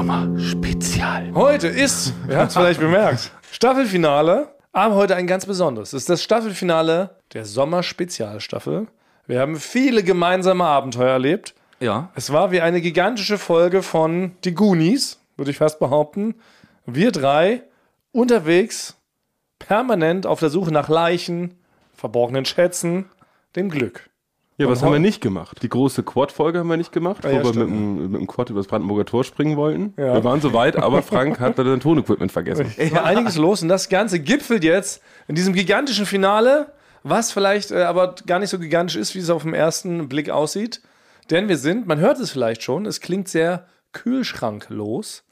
Sommerspezial. Heute ist, ihr habt es vielleicht bemerkt, Staffelfinale, aber heute ein ganz besonderes. Es ist das Staffelfinale der Sommerspezialstaffel. Wir haben viele gemeinsame Abenteuer erlebt. Ja. Es war wie eine gigantische Folge von Die Goonies, würde ich fast behaupten. Wir drei unterwegs, permanent auf der Suche nach Leichen, verborgenen Schätzen, dem Glück. Ja, was haben wir nicht gemacht? Die große Quad-Folge haben wir nicht gemacht, Ah ja, wo wir stimmt. mit dem, mit dem Quad übers Brandenburger Tor springen wollten. Ja. Wir waren soweit, aber Frank hat dann sein Tonequipment vergessen. Es war einiges los und das Ganze gipfelt jetzt in diesem gigantischen Finale, was vielleicht äh, aber gar nicht so gigantisch ist, wie es auf den ersten Blick aussieht. Denn wir sind, man hört es vielleicht schon, es klingt sehr kühlschranklos.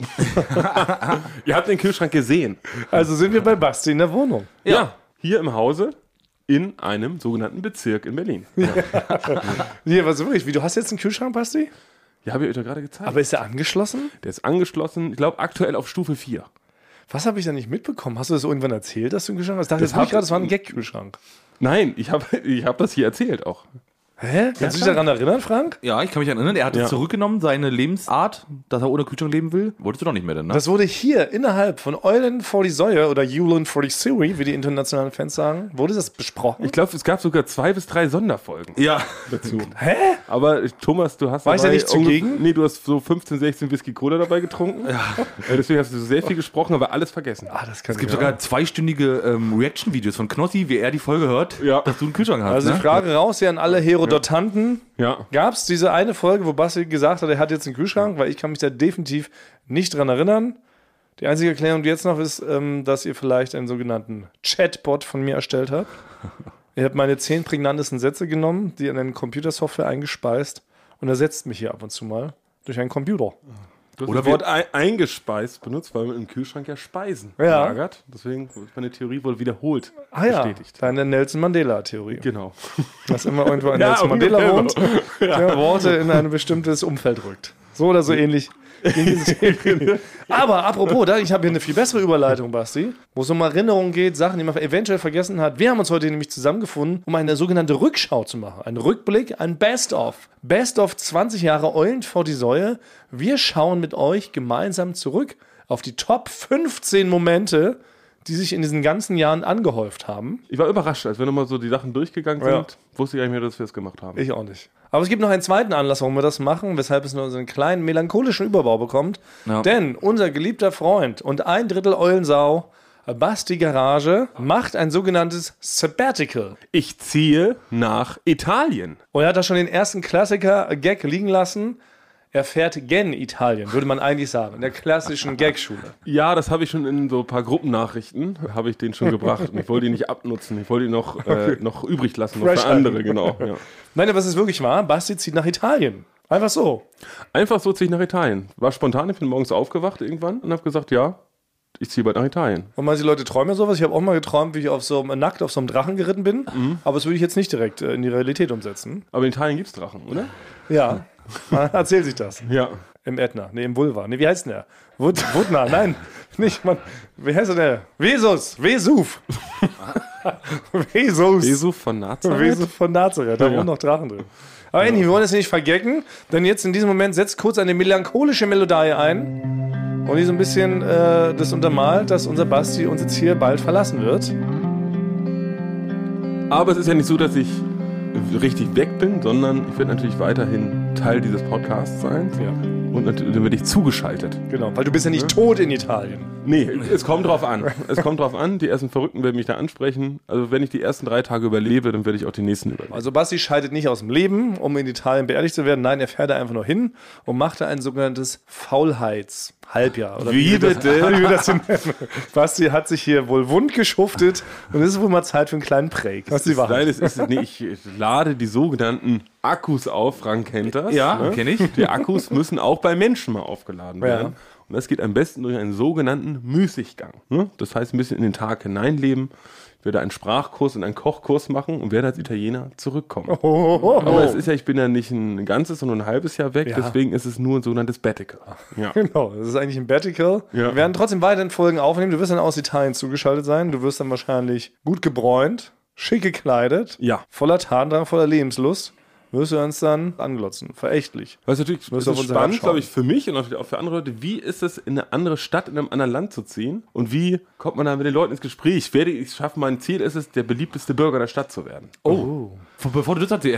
Ihr habt den Kühlschrank gesehen. Also sind wir bei Basti in der Wohnung. Ja. Hier im Hause in einem sogenannten Bezirk in Berlin. Hier, was wirklich? Wie, du hast jetzt einen Kühlschrank, Basti? Ja, habe ich euch doch gerade gezeigt. Aber ist er angeschlossen? Der ist angeschlossen, ich glaube aktuell auf Stufe 4. Was habe ich da nicht mitbekommen? Hast du das irgendwann erzählt, dass du einen Kühlschrank hast? Ich dachte, Das jetzt hab hab- ich gerade, das war ein Gag-Kühlschrank. Nein, ich habe ich hab das hier erzählt auch. Hä? Kannst du dich daran erinnern, Frank? Ja, ich kann mich erinnern, er hatte Ja. zurückgenommen seine Lebensart, dass er ohne Kühlschrank leben will. Wolltest du doch nicht mehr denn, ne? Das wurde hier innerhalb von Eulen vor die Säue oder Eulen vor die Siri, wie die internationalen Fans sagen, wurde das besprochen. Ich glaube, es gab sogar zwei bis drei Sonderfolgen ja. dazu. Hä? Aber äh, Thomas, du hast War ich da dabei nicht ungef- zugegen? Nee, du hast so 15, 16 Whisky Cola dabei getrunken. Äh, Deswegen hast du sehr viel gesprochen, aber alles vergessen. Ah, das kann Es gibt sogar zweistündige ähm, Reaction-Videos von Knossi, wie er die Folge hört, Ja. dass du einen Kühlschrank hast. Also die ne? Frage raus hier an alle Herodotanten. Ja. Gab es diese eine Folge, wo Basti gesagt hat, er hat jetzt einen Kühlschrank? Weil ich kann mich da definitiv nicht dran erinnern. Die einzige Erklärung, die jetzt noch ist, ähm, dass ihr vielleicht einen sogenannten Chatbot von mir erstellt habt. ihr habt meine zehn prägnantesten Sätze genommen, die in eine Computersoftware eingespeist und ersetzt mich hier ab und zu mal durch einen Computer. Du hast Oder das Wort ei- eingespeist benutzt, weil man im Kühlschrank ja Speisen Ja. lagert. Deswegen ist meine Theorie wohl wiederholt Ah ja, bestätigt. deine Nelson Mandela-Theorie. Genau. Dass immer irgendwo ein Ja, Nelson Mandela wohnt, ungefähr der Worte in ein bestimmtes Umfeld rückt. So oder so ähnlich. ging dieses Spiel. Aber apropos, da, ich habe hier eine viel bessere Überleitung, Basti, wo es um Erinnerungen geht, Sachen, die man eventuell vergessen hat. Wir haben uns heute nämlich zusammengefunden, um eine sogenannte Rückschau zu machen. Ein Rückblick, ein Best-of. Best-of 20 Jahre Eulen vor die Säue. Wir schauen mit euch gemeinsam zurück auf die Top 15 Momente, die sich in diesen ganzen Jahren angehäuft haben. Ich war überrascht, als wir nochmal so die Sachen durchgegangen sind, Ja. wusste ich gar nicht mehr, dass wir es gemacht haben. Ich auch nicht. Aber es gibt noch einen zweiten Anlass, warum wir das machen, weshalb es nur so einen kleinen melancholischen Überbau bekommt. Ja. Denn unser geliebter Freund und ein Drittel Eulensau, Basti Garage, macht ein sogenanntes Sabbatical. ich ziehe nach Italien. Und er hat da schon den ersten Klassiker-Gag liegen lassen. Er fährt gen Italien, würde man eigentlich sagen, in der klassischen Gagschule. Ja, das habe ich schon in so ein paar Gruppennachrichten, habe ich den schon gebracht. Und ich wollte ihn nicht abnutzen, ich wollte ihn noch, äh, noch übrig lassen, noch Fresh für andere, genau. Ja. Nein, aber es ist wirklich wahr, Basti zieht nach Italien. Einfach so. Einfach so ziehe ich nach Italien. War spontan, ich bin morgens aufgewacht irgendwann und habe gesagt, ja, ich ziehe bald nach Italien. Und manche Leute träumen ja sowas. Ich habe auch mal geträumt, wie ich auf so einem, nackt auf so einem Drachen geritten bin. Aber das würde ich jetzt nicht direkt äh, in die Realität umsetzen. Aber in Italien gibt es Drachen, oder? Ja. Man erzählt Ah, sich das. Ja. Im Ätna. Nee, im Vulva. Nee, wie heißt denn der? Wut Wutna. Nein, nicht, Mann. Wie heißt denn der? Vesus. Vesuv. Vesus. Jesu von Nazareth. Vesus von Nazareth. Da wohnen noch Drachen drin. Aber anyway, wir wollen das nicht vergecken, denn jetzt in diesem Moment setzt kurz eine melancholische Melodie ein und die so ein bisschen äh, das untermalt, dass unser Basti uns jetzt hier bald verlassen wird. Aber es ist ja nicht so, dass ich richtig weg bin, sondern ich werde natürlich weiterhin Teil dieses Podcasts sein. Ja. Und natürlich dann werde ich zugeschaltet. Genau, weil du bist ja nicht tot in Italien. Nee, es kommt drauf an. Es kommt drauf an. Die ersten Verrückten werden mich da ansprechen. Also wenn ich die ersten drei Tage überlebe, dann werde ich auch die nächsten überleben. Also Basti scheidet nicht aus dem Leben, um in Italien beerdigt zu werden. Nein, er fährt da einfach nur hin und macht da ein sogenanntes Faulheitshalbjahr. Oder Wie wir das- bitte? Wie wir das denn nennen. Basti hat sich hier wohl wund geschuftet und es ist wohl mal Zeit für einen kleinen Break. Das ist die Wahrheit. Nein, es ist nee, ich äh, lade die sogenannten Akkus auf, Frank kennt das. Ja, kenn ich. Die Akkus müssen auch bei Menschen mal aufgeladen werden. Und das geht am besten durch einen sogenannten Müßiggang. Ne? Das heißt, ein bisschen in den Tag hineinleben. Ich werde einen Sprachkurs und einen Kochkurs machen und werde als Italiener zurückkommen. Oh, oh, Aber oh. es ist ja, ich bin ja nicht ein ganzes, sondern ein halbes Jahr weg, Ja. deswegen ist es nur ein sogenanntes Battical. Ja. Genau, das ist eigentlich ein Vertical. Ja. Wir werden trotzdem weiterhin Folgen aufnehmen. Du wirst dann aus Italien zugeschaltet sein. Du wirst dann wahrscheinlich gut gebräunt, schick gekleidet, Ja. voller Tatendrang, voller Lebenslust. müsste uns dann anglotzen. Verächtlich. Was natürlich Müssen das wir auf ist uns spannend, herabschauen. glaube ich, für mich und natürlich auch für andere Leute. Wie ist es, in eine andere Stadt, in einem anderen Land zu ziehen? Und wie kommt man da mit den Leuten ins Gespräch? Werde ich es schaffen? Mein Ziel ist es, der beliebteste Bürger der Stadt zu werden. Oh. Von- Bevor du das sagst, die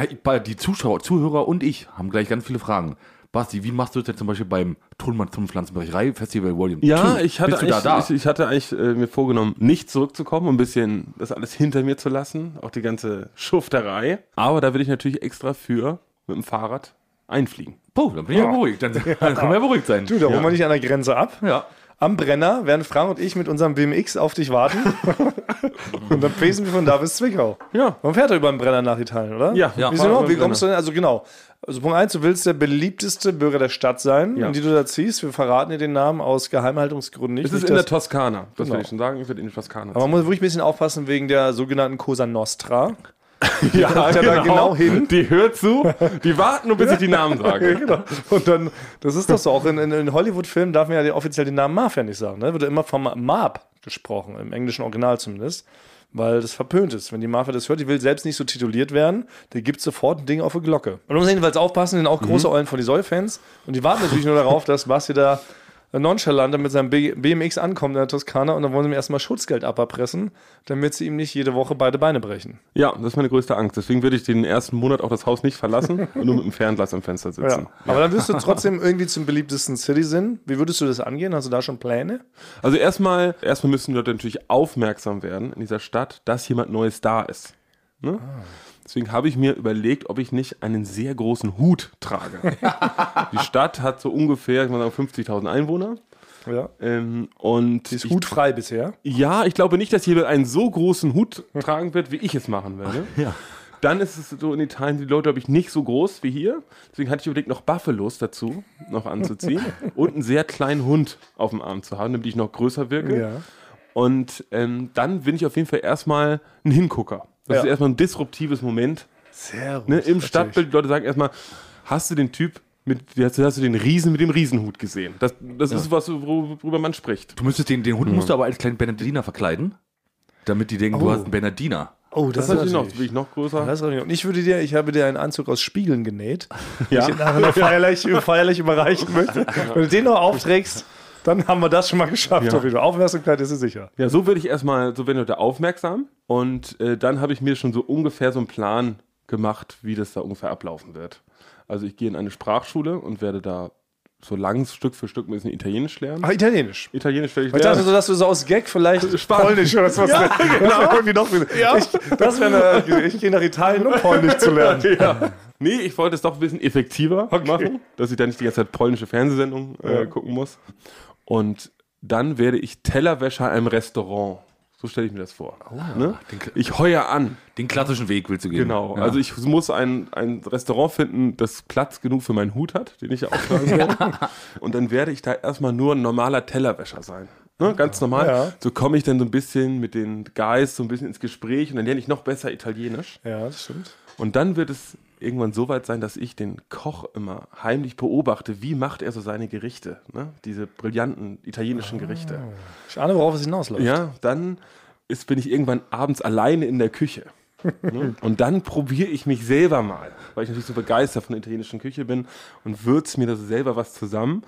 die Zuschauer, Zuhörer und ich haben gleich ganz viele Fragen. Basti, wie machst du das jetzt zum Beispiel beim Tonmann zum Pflanzenbrecherei Festival Volume Ja, 2? ich hatte, Bist du da, eigentlich, da? Ich, ich hatte eigentlich äh, mir vorgenommen, nicht zurückzukommen, und ein bisschen das alles hinter mir zu lassen, auch die ganze Schufterei. Aber da will ich natürlich extra für mit dem Fahrrad einfliegen. Puh, dann bin Oh. ich ja beruhigt. Dann, dann können wir ja beruhigt sein. Du, da holen wir nicht an der Grenze ab. Ja. Am Brenner werden Frank und ich mit unserem BMX auf dich warten. und dann pesen wir von da bis Zwickau. Ja. Man fährt doch über den Brenner nach Italien, oder? Ja, Wie, ja. sind wir, Fahren wie wir kommst du denn? Also genau. Also Punkt eins, du willst der beliebteste Bürger der Stadt sein, Ja. in die du da ziehst. Wir verraten dir den Namen aus Geheimhaltungsgründen nicht. Es ist nicht in der dass- Toskana, das Genau. will ich schon sagen. Ich werde in die Toskana. Aber man muss wirklich ein bisschen aufpassen wegen der sogenannten Cosa Nostra. ziehen. kommt ja da genau hin. Die hört zu, die warten nur, bis ich die Namen sage. genau. Und dann, das ist doch so, auch in, in, in Hollywood-Filmen darf man ja die- offiziell den Namen Mafia nicht sagen. Ne? Wird ja immer vom Marb gesprochen, im englischen Original zumindest, weil das verpönt ist. Wenn die Mafia das hört, die will selbst nicht so tituliert werden, der gibt sofort ein Ding auf die Glocke. Und man muss jedenfalls aufpassen, denn auch große Eulen von die Säu-Fans. Und die warten natürlich nur darauf, dass Basti da nonchalant mit seinem B- BMX ankommt in der Toskana und dann wollen sie ihm erstmal Schutzgeld aberpressen, damit sie ihm nicht jede Woche beide Beine brechen. Ja, das ist meine größte Angst. Deswegen würde ich den ersten Monat auch das Haus nicht verlassen und nur mit dem Fernglas am Fenster sitzen. Ja. Aber dann wirst du trotzdem irgendwie zum beliebtesten Citizen. Wie würdest du das angehen? Hast du da schon Pläne? Also erstmal, erstmal müssen die Leute natürlich aufmerksam werden in dieser Stadt, dass jemand Neues da ist. Ne? Deswegen habe ich mir überlegt, ob ich nicht einen sehr großen Hut trage. die Stadt hat so ungefähr, ich muss sagen, 50.000 Einwohner. Ja. Ähm, und Ist ich, hutfrei bisher. ja, ich glaube nicht, dass jemand einen so großen Hut tragen wird, wie ich es machen werde. Ja. Dann ist es so in Italien, die Leute, glaube ich, nicht so groß wie hier. Deswegen hatte ich überlegt, noch Buffalos dazu noch anzuziehen und einen sehr kleinen Hund auf dem Arm zu haben, damit ich noch größer wirke. Und ähm, dann bin ich auf jeden Fall erstmal ein Hingucker. Das Ja. ist erstmal ein disruptives Moment. Sehr gut. Ne? Im Stadtbild, die Leute sagen erstmal, hast du den Typ mit, hast du, hast du den Riesen mit dem Riesenhut gesehen? Das, das ist was, worüber man spricht. Du müsstest den, den Hund musst du aber als kleinen Bernardiner verkleiden, damit die denken, Oh. du hast einen Bernardiner. Oh, das, Das, ist ist natürlich noch, natürlich- bin ich noch größer. Das ist natürlich noch. Und ich würde dir, ich habe dir einen Anzug aus Spiegeln genäht, Ja. den ich nachher noch feierlich, feierlich überreichen möchte. Wenn du den noch aufträgst, dann haben wir das schon mal geschafft. Ja. Auf jeden Fall. Aufmerksamkeit ist es sicher. Ja, so würde ich erstmal, so werden Leute aufmerksam. Und äh, dann habe ich mir schon so ungefähr so einen Plan gemacht, wie das da ungefähr ablaufen wird. Also ich gehe in eine Sprachschule und werde da so lang Stück für Stück ein bisschen Italienisch lernen. Ach, Ah, Italienisch. Italienisch werde ich Ich dachte lernen. so, dass du so aus Gag vielleicht Spanisch. Polnisch oder so was ja, genau. irgendwie noch ja. ich, Das wäre eine, ich gehe nach Italien, um Polnisch zu lernen. ja. Nee, ich wollte es doch ein bisschen effektiver machen, dass ich da nicht die ganze Zeit polnische Fernsehsendungen äh, gucken muss. Und dann werde ich Tellerwäscher einem Restaurant. So stelle ich mir das vor. ne? Ich heuer an. Den klassischen Weg willst du gehen. Genau, Ja. also ich muss ein, ein Restaurant finden, das Platz genug für meinen Hut hat, den ich ja auftragen werde. Und dann werde ich da erstmal nur ein normaler Tellerwäscher sein. Ne, ganz normal. Ja. So komme ich dann so ein bisschen mit den Guys so ein bisschen ins Gespräch und dann lerne ich noch besser Italienisch. Ja, das stimmt. Und dann wird es irgendwann so weit sein, dass ich den Koch immer heimlich beobachte, wie macht er so seine Gerichte, ne? diese brillanten italienischen Gerichte. Ich ahne, worauf es hinausläuft. Ja, dann ist, bin ich irgendwann abends alleine in der Küche. Ne? und dann probiere ich mich selber mal, weil ich natürlich so begeistert von der italienischen Küche bin und würze mir da so selber was zusammen.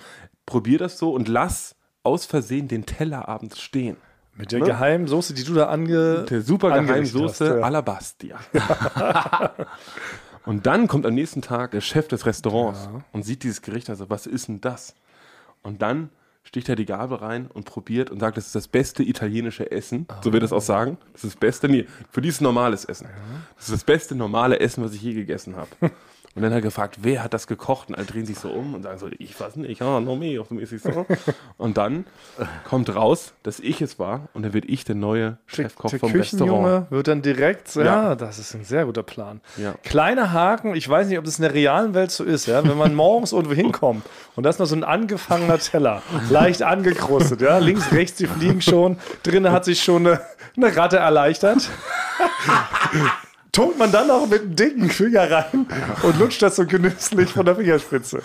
Probier das so und lass aus Versehen den Teller abends stehen. Mit der geheimen Soße, die du da ange. Der super geheimen angerichtet hast, Soße ja. Alabastia. und dann kommt am nächsten Tag der Chef des Restaurants und sieht dieses Gericht, also was ist denn das? Und dann sticht er die Gabel rein und probiert und sagt, das ist das beste italienische Essen. So wird er es auch sagen. Das ist das beste, nee, für die ist es normales Essen. Das ist das beste normale Essen, was ich je gegessen habe. Und dann hat er gefragt, wer hat das gekocht? Und alle drehen sich so um und sagen so, ich weiß nicht, ja, noch mehr, auf so mäßig so. Und dann kommt raus, dass ich es war und dann wird ich der neue Der, Chefkoch der vom Restaurant. Küchenjunge wird dann direkt, ja. Ja. das ist ein sehr guter Plan. Ja. Kleiner Haken, ich weiß nicht, ob das in der realen Welt so ist, ja, wenn man morgens irgendwo hinkommt und da ist noch so ein angefangener Teller, leicht angekrustet, ja, links, rechts, die fliegen schon, drinnen hat sich schon eine, eine Ratte erleichtert. tunkt man dann auch mit einem dicken Finger rein und lutscht das so genüsslich von der Fingerspitze.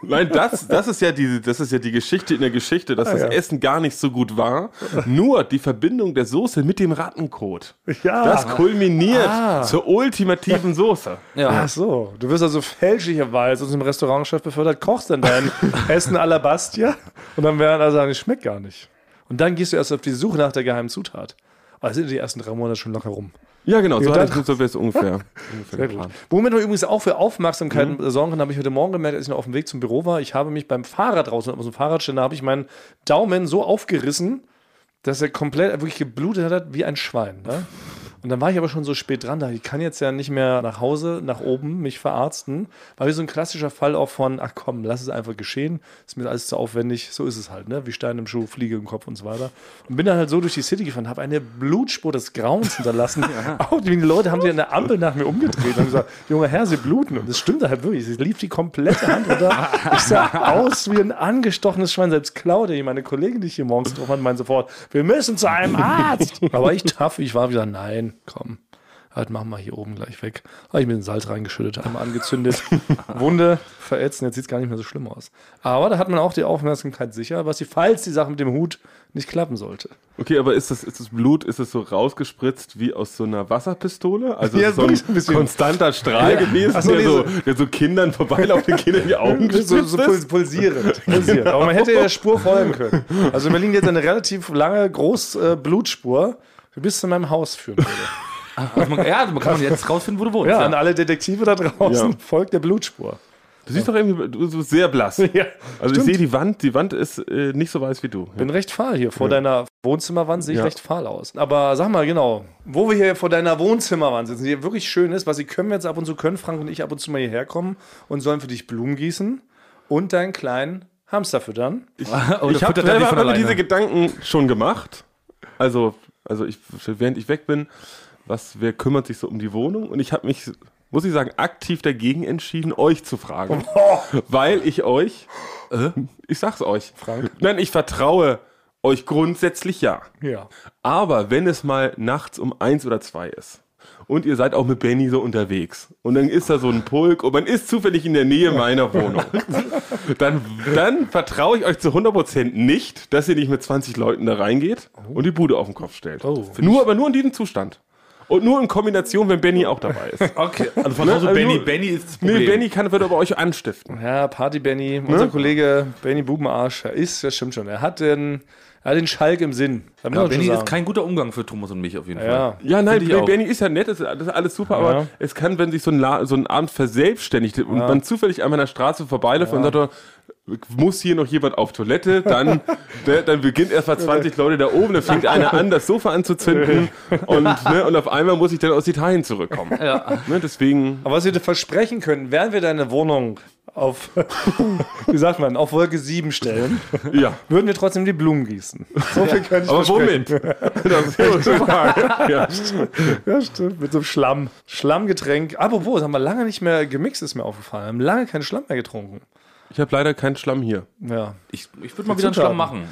Nein, das, das, ist ja die, das ist ja die Geschichte in der Geschichte, dass das Ah, ja. Essen gar nicht so gut war. Nur die Verbindung der Soße mit dem Rattenkot. Ja. Das kulminiert Ah. zur ultimativen Soße. Ach Ja. so, du wirst also fälschlicherweise aus dem Restaurantchef befördert, kochst dann dein Essen à la Bastia und dann werden alle sagen, es schmeckt gar nicht. Und dann gehst du erst auf die Suche nach der geheimen Zutat. Aber sind die ersten drei Monate schon locker rum. Ja, genau, so, Ja, hat dann- es- so wäre es ungefähr. ungefähr Sehr gut. geplant. Womit man übrigens auch für Aufmerksamkeit sorgen kann, habe ich heute Morgen gemerkt, als ich noch auf dem Weg zum Büro war. Ich habe mich beim Fahrrad draußen, auf so einem Fahrradständer, habe ich meinen Daumen so aufgerissen, dass er komplett wirklich geblutet hat wie ein Schwein. Ne? Und dann war ich aber schon so spät dran, da ich kann jetzt ja nicht mehr nach Hause, nach oben, mich verarzten. War wie so ein klassischer Fall auch von, ach komm, lass es einfach geschehen, ist mir alles zu aufwendig, so ist es halt, ne? Wie Stein im Schuh, Fliege im Kopf und so weiter. Und bin dann halt so durch die City gefahren, habe eine Blutspur des Grauens hinterlassen. Auch die Leute haben sich an der Ampel nach mir umgedreht und gesagt, junger Herr, Sie bluten. Und das stimmte halt wirklich, sie lief die komplette Hand runter. Ich sah aus wie ein angestochenes Schwein, selbst Claudia, meine Kollegin, die ich hier morgens drauf hatte, meinte sofort, wir müssen zu einem Arzt. Aber ich taff, ich war wieder, nein, komm. Halt, machen wir hier oben gleich weg. Habe ich mir den Salz reingeschüttet, einmal angezündet. Wunde verätzen, jetzt sieht es gar nicht mehr so schlimm aus. Aber da hat man auch die Aufmerksamkeit sicher, was die, falls die Sache mit dem Hut nicht klappen sollte. Okay, aber ist das, ist das Blut, ist es so rausgespritzt wie aus so einer Wasserpistole? Also Ja, so ein, wirklich ein bisschen. konstanter Strahl gewesen, Ach so, der, so, diese- der so Kindern vorbeilaufenden Kindern in die Augen So, so gespritzt ist? puls pulsierend. pulsierend. Aber man hätte der Spur folgen können. Also in Berlin jetzt eine relativ lange Groß äh, Blutspur die bis zu meinem Haus führen würde. Also man, ja, man kann man jetzt rausfinden, wo du wohnst. Ja, an alle Detektive da draußen Ja. folgt der Blutspur. Du siehst doch irgendwie du bist sehr blass. Ja, Also stimmt. ich sehe die Wand, die Wand ist äh, nicht so weiß wie du. bin recht fahl hier. Vor deiner Wohnzimmerwand sehe ich Ja. recht fahl aus. Aber sag mal genau, wo wir hier vor deiner Wohnzimmerwand sitzen, die wirklich schön ist, was sie können wir jetzt ab und zu können, Frank und ich ab und zu mal hierher kommen und sollen für dich Blumen gießen und deinen kleinen Hamster füttern. Oder ich habe füttert er dich hab von mir alleine? diese Gedanken schon gemacht. Also, also ich, während ich weg bin, was, wer kümmert sich so um die Wohnung? Und ich habe mich, muss ich sagen, aktiv dagegen entschieden, euch zu fragen. Weil ich euch, Äh? ich sag's euch, Frank? nein, ich vertraue euch grundsätzlich ja. Ja. Aber wenn es mal nachts um eins oder zwei ist und ihr seid auch mit Benny so unterwegs und dann ist da so ein Pulk und man ist zufällig in der Nähe meiner Wohnung, dann, dann vertraue ich euch zu 100% nicht, dass ihr nicht mit 20 Leuten da reingeht und die Bude auf den Kopf stellt. Oh. Nur, aber nur in diesem Zustand. Und nur in Kombination, wenn Benny auch dabei ist. Okay, also von Hause also Benny. nur- Benny ist das Nee, Problem. Benny kann, wird aber euch anstiften. Ja, Party Benny, unser Kollege Benny Bubenarsch, er ist, das stimmt schon. Er hat den, er hat den Schalk im Sinn. Da muss ja, man Benny schon ist sagen. kein guter Umgang für Thomas und mich auf jeden Ja. Fall. Ja, nein, Finde ich auch. Benny ist ja nett, das ist das ist alles super, aber Ja. es kann, wenn sich so ein, La so ein Abend verselbstständigt und man zufällig an meiner Straße vorbeiläuft und sagt, oh, muss hier noch jemand auf Toilette, dann, der, dann beginnt erst mal 20 Leute da oben, dann fängt einer an, das Sofa anzuzünden und, ne, und auf einmal muss ich dann aus Italien zurückkommen. Ne, deswegen, Aber was wir dir versprechen können, werden wir deine Wohnung auf, wie sagt man, auf Wolke 7 stellen, ja. würden wir trotzdem die Blumen gießen. So viel können ich Aber versprechen. womit? Das ist eine gute Frage. Ja. Ja, stimmt. Mit so einem Schlamm. Schlammgetränk. Apropos, das haben wir lange nicht mehr gemixt, ist mir aufgefallen. Wir haben lange keinen Schlamm mehr getrunken. Ich habe leider keinen Schlamm hier. Ja. Ich, ich würde mal wieder einen Schlamm machen.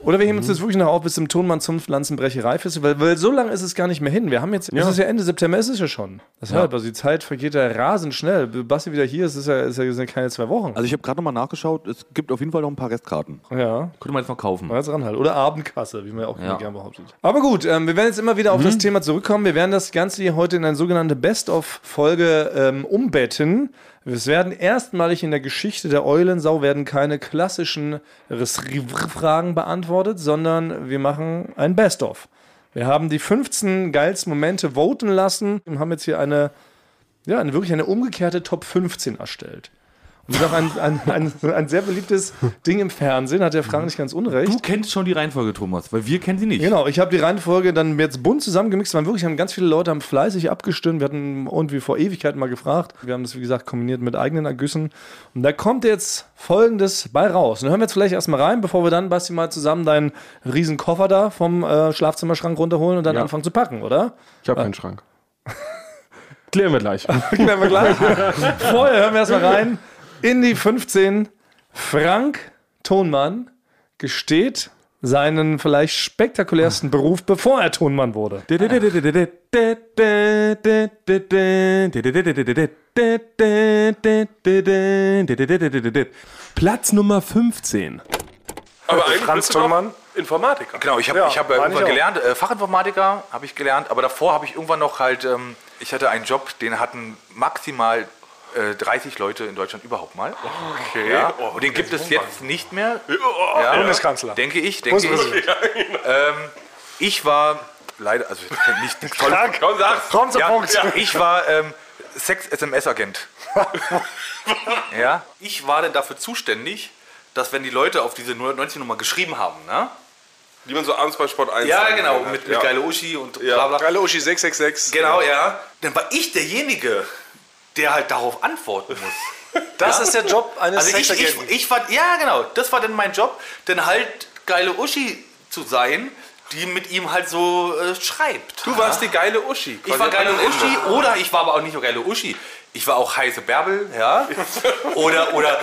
Oder wir heben uns das wirklich noch auf bis zum Tonmann zum Pflanzenbrecherei-Festival, weil so lange ist es gar nicht mehr hin. Wir haben jetzt, es ist ja Ende September, ist es ja schon. Deshalb, also die Zeit vergeht ja rasend schnell. Basti wieder hier ist, ist ja, ist ja sind ja keine zwei Wochen. Also ich habe gerade nochmal nachgeschaut, es gibt auf jeden Fall noch ein paar Restkarten. ja. Könnte man jetzt noch kaufen. Mal jetzt ran halt. Oder Abendkasse, wie man ja auch Ja. gerne behauptet. Aber gut, ähm, wir werden jetzt immer wieder auf das Thema zurückkommen. Wir werden das Ganze hier heute in eine sogenannte Best-of-Folge ähm, umbetten. Es werden erstmalig in der Geschichte der Eulensau werden keine klassischen Fragen beantwortet, sondern wir machen ein Best-of. Wir haben die 15 geilsten Momente voten lassen und haben jetzt hier eine, ja, eine, wirklich eine umgekehrte Top 15 erstellt. Und das ist auch ein, ein, ein, ein sehr beliebtes Ding im Fernsehen, hat der Frank nicht ganz unrecht. Du kennst schon die Reihenfolge, Thomas, weil wir kennen sie nicht. Genau, ich habe die Reihenfolge dann jetzt bunt zusammengemixt, weil wirklich haben ganz viele Leute haben fleißig abgestimmt. Wir hatten irgendwie vor Ewigkeiten mal gefragt. Wir haben das, wie gesagt, kombiniert mit eigenen Ergüssen. Und da kommt jetzt folgendes bei raus. Und dann hören wir jetzt vielleicht erstmal rein, bevor wir dann, Basti, mal zusammen deinen riesen Koffer da vom äh, Schlafzimmerschrank runterholen und dann Ja. anfangen zu packen, oder? Ah. Ich habe keinen Schrank. Klären wir gleich. Klären wir gleich. Vorher hören wir erstmal rein. In die 15. Frank Tonmann gesteht seinen vielleicht spektakulärsten Beruf, bevor er Tonmann wurde. Platz Nummer 15. Aber eigentlich Franz bist du doch Thunmann? Informatiker. Genau, ich habe Ja, ich hab ja meine ich irgendwann auch. gelernt, äh, Fachinformatiker habe ich gelernt, aber davor habe ich irgendwann noch halt, ähm, ich hatte einen Job, den hatten maximal äh, 30 Leute in Deutschland überhaupt mal. Okay. Ja, und den gibt es jetzt nicht mehr. Ja, Bundeskanzler. Denke ich, denke ich. Ähm, ich war leider, also nicht nichts Tolles. Komm, sag's. Komm Ja, ja. Ich war ähm, Sex-SMS-Agent. ja, ich war denn dafür zuständig, dass wenn die Leute auf diese 090 Nummer geschrieben haben, ne? Die man so abends bei Sport 1 Ja, sagen genau, kann, mit, mit ja. geile Uschi und Ja. bla bla. Geile Uschi 666. Genau, ja. Dann war ich derjenige, der halt darauf antworten muss. Das Ja? ist der Job eines Also ich, ich, Sexagenten. ich war, ja genau, das war dann mein Job, dann halt geile Uschi zu sein, die mit ihm halt so äh, schreibt. Du warst die geile Uschi. Ich war quasi geile am Ende. Uschi oder ich war aber auch nicht nur geile Uschi. Ich war auch heiße Bärbel, ja. Oder, oder,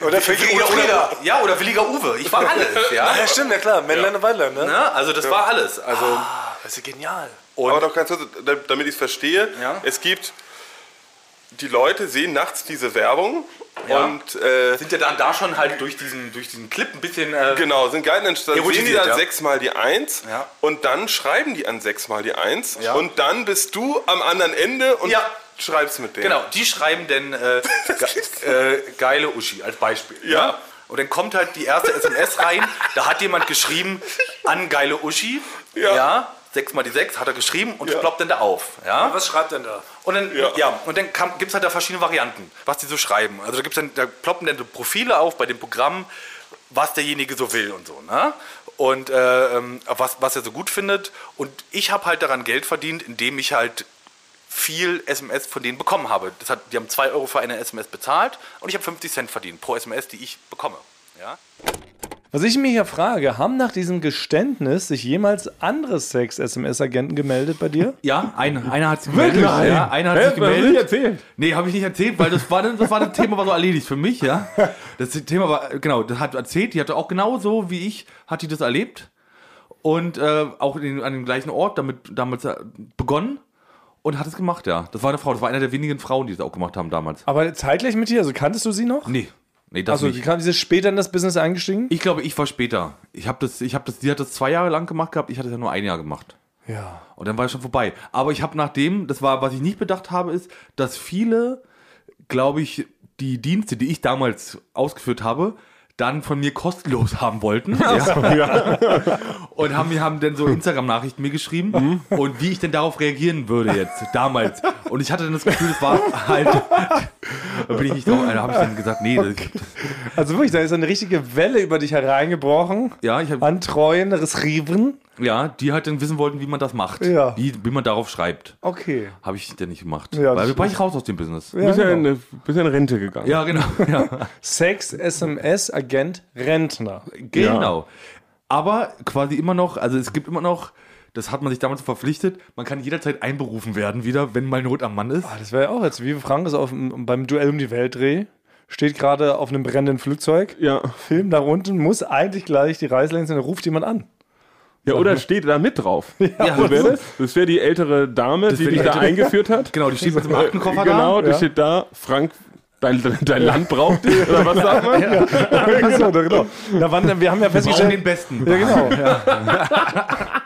Oder Friederike oder, Frieda. oder, ja, oder williger Uwe. Ich war alles, ja. Ja, stimmt, ja klar. Männlein und Weiblein, ne? Ne? Also das war alles. Also, Das ist genial. Aber doch ganz kurz, da- damit ich es verstehe, Ja. es gibt, die Leute sehen nachts diese Werbung Ja. und äh, sind ja dann da schon halt durch diesen, durch diesen Clip ein bisschen. Äh, genau, sind geil, dann dann sehen die Erotisiert, dann ja. sechsmal die Eins Ja. und dann schreiben die an sechsmal die Eins Ja. und dann bist du am anderen Ende und Ja. schreibst mit denen. Genau, die schreiben denn äh, ge äh, geile Uschi als Beispiel. Ja. ne? Und dann kommt halt die erste SMS rein, da hat jemand geschrieben, an geile Uschi. Ja. ja sechs mal die sechs hat er geschrieben und es ploppt dann da auf. Ja. Was schreibt denn da? Und dann, ja. Ja. und dann gibt es halt da verschiedene Varianten, was die so schreiben. Also da, gibt's dann, da ploppen dann so Profile auf bei dem Programm, was derjenige so will und so. Ne? Und äh, ähm, was, was er so gut findet. Und ich habe halt daran Geld verdient, indem ich halt viel SMS von denen bekommen habe. Das hat, die haben 2 Euro für eine SMS bezahlt und ich habe 50 Cent verdient pro SMS, die ich bekomme. Ja? Was ich mich ja frage, haben nach diesem Geständnis sich jemals andere Sex-SMS-Agenten gemeldet bei dir? Ja, ein, einer hat sich gemeldet. Wirklich? Ja, einer hat sich gemeldet. erzählt. Nee, habe ich nicht erzählt, weil das war dann, das war das Thema war so erledigt für mich, ja. Das Thema war genau, das hat erzählt, die hatte auch genauso wie ich hat die das erlebt und äh, auch in, den- an dem gleichen Ort damit damals äh, begonnen und hat es gemacht, ja. Das war eine Frau, das war einer der wenigen Frauen, die das auch gemacht haben damals. Aber zeitgleich mit dir? Also kanntest du sie noch? Nee, nee, das Also, die nicht. kam diese später in das Business eingestiegen? Ich glaube, ich war später. Ich habe das, ich habe das, die hat das zwei Jahre lang gemacht gehabt, ich hatte es ja nur ein Jahr gemacht. Ja. Und dann war es schon vorbei. Aber ich habe nachdem, das war, was ich nicht bedacht habe, ist, dass viele, glaube ich, die Dienste, die ich damals ausgeführt habe, dann von mir kostenlos haben wollten. Ja. Und haben mir haben dann so Instagram-Nachrichten mir geschrieben Mhm. und wie ich denn darauf reagieren würde jetzt, damals. Und ich hatte dann das Gefühl, das war halt. Da bin ich nicht drauf. Da habe ich dann gesagt, nee, das, Also wirklich, da ist eine richtige Welle über dich hereingebrochen. ja, ich habe An treuen Riven. ja, die halt dann wissen wollten, wie man das macht. Ja. Wie, wie man darauf schreibt. Okay. Habe ich dann nicht gemacht. Ja, Weil das wir war ich raus aus dem Business. Ja, Bist ja genau. in, bist ja in Rente gegangen. Ja, genau. Ja. Sex-SMS-Agent Rentner. Genau. Aber quasi immer noch, also es gibt immer noch, das hat man sich damals verpflichtet, man kann jederzeit einberufen werden wieder, wenn mal Not am Mann ist. Ah, Das wäre ja auch jetzt, wie Frank ist auf, dem- beim Duell um die Welt Dreh, steht gerade auf einem brennenden Flugzeug, Ja. Film da unten, muss eigentlich gleich die Reißleine sein, dann ruft jemand an. Ja, oder steht da mit drauf. so wär das das wäre die ältere Dame, die wär dich die da ältere- eingeführt hat. Genau, die steht mit dem Aktenkoffer Genau, da. die steht da, Frank, dein, dein, dein Land braucht dich, oder was sagt man? genau, genau. Na, wann, wir haben ja Wir brauchen den festgestellt. Besten. Ja, genau. Ja,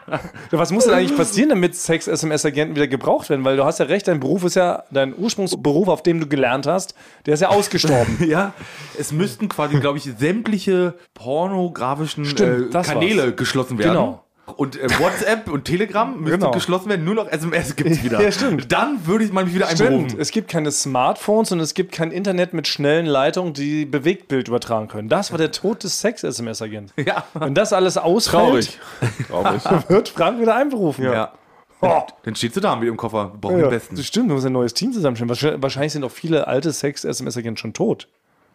Was muss denn eigentlich passieren, damit Sex-SMS-Agenten wieder gebraucht werden? Weil du hast ja recht, dein Beruf ist ja, dein Ursprungsberuf, auf dem du gelernt hast, der ist ja ausgestorben. Ja, es müssten quasi, glaube ich, sämtliche pornografischen Stimmt, äh, das Kanäle war's. geschlossen werden. Genau. Und äh, WhatsApp und Telegram müssten Genau. geschlossen werden, nur noch SMS gibt es wieder. Ja, stimmt. Dann würde ich mal mich wieder Stimmt, einberufen. es gibt keine Smartphones und es gibt kein Internet mit schnellen Leitungen, die Bewegtbild übertragen können. Das war der Tod des Sex-SMS-Agenten. Ja. Wenn das alles ausfällt, Traurig. Traurig. wird Frank wieder einberufen. ja. Oh. Dann stehst du da mit dem Koffer. Wir brauchen Ja, den Besten. das stimmt, du musst ein neues Team zusammenstellen. Wahrscheinlich- Wahrscheinlich sind auch viele alte Sex-SMS-Agenten schon tot.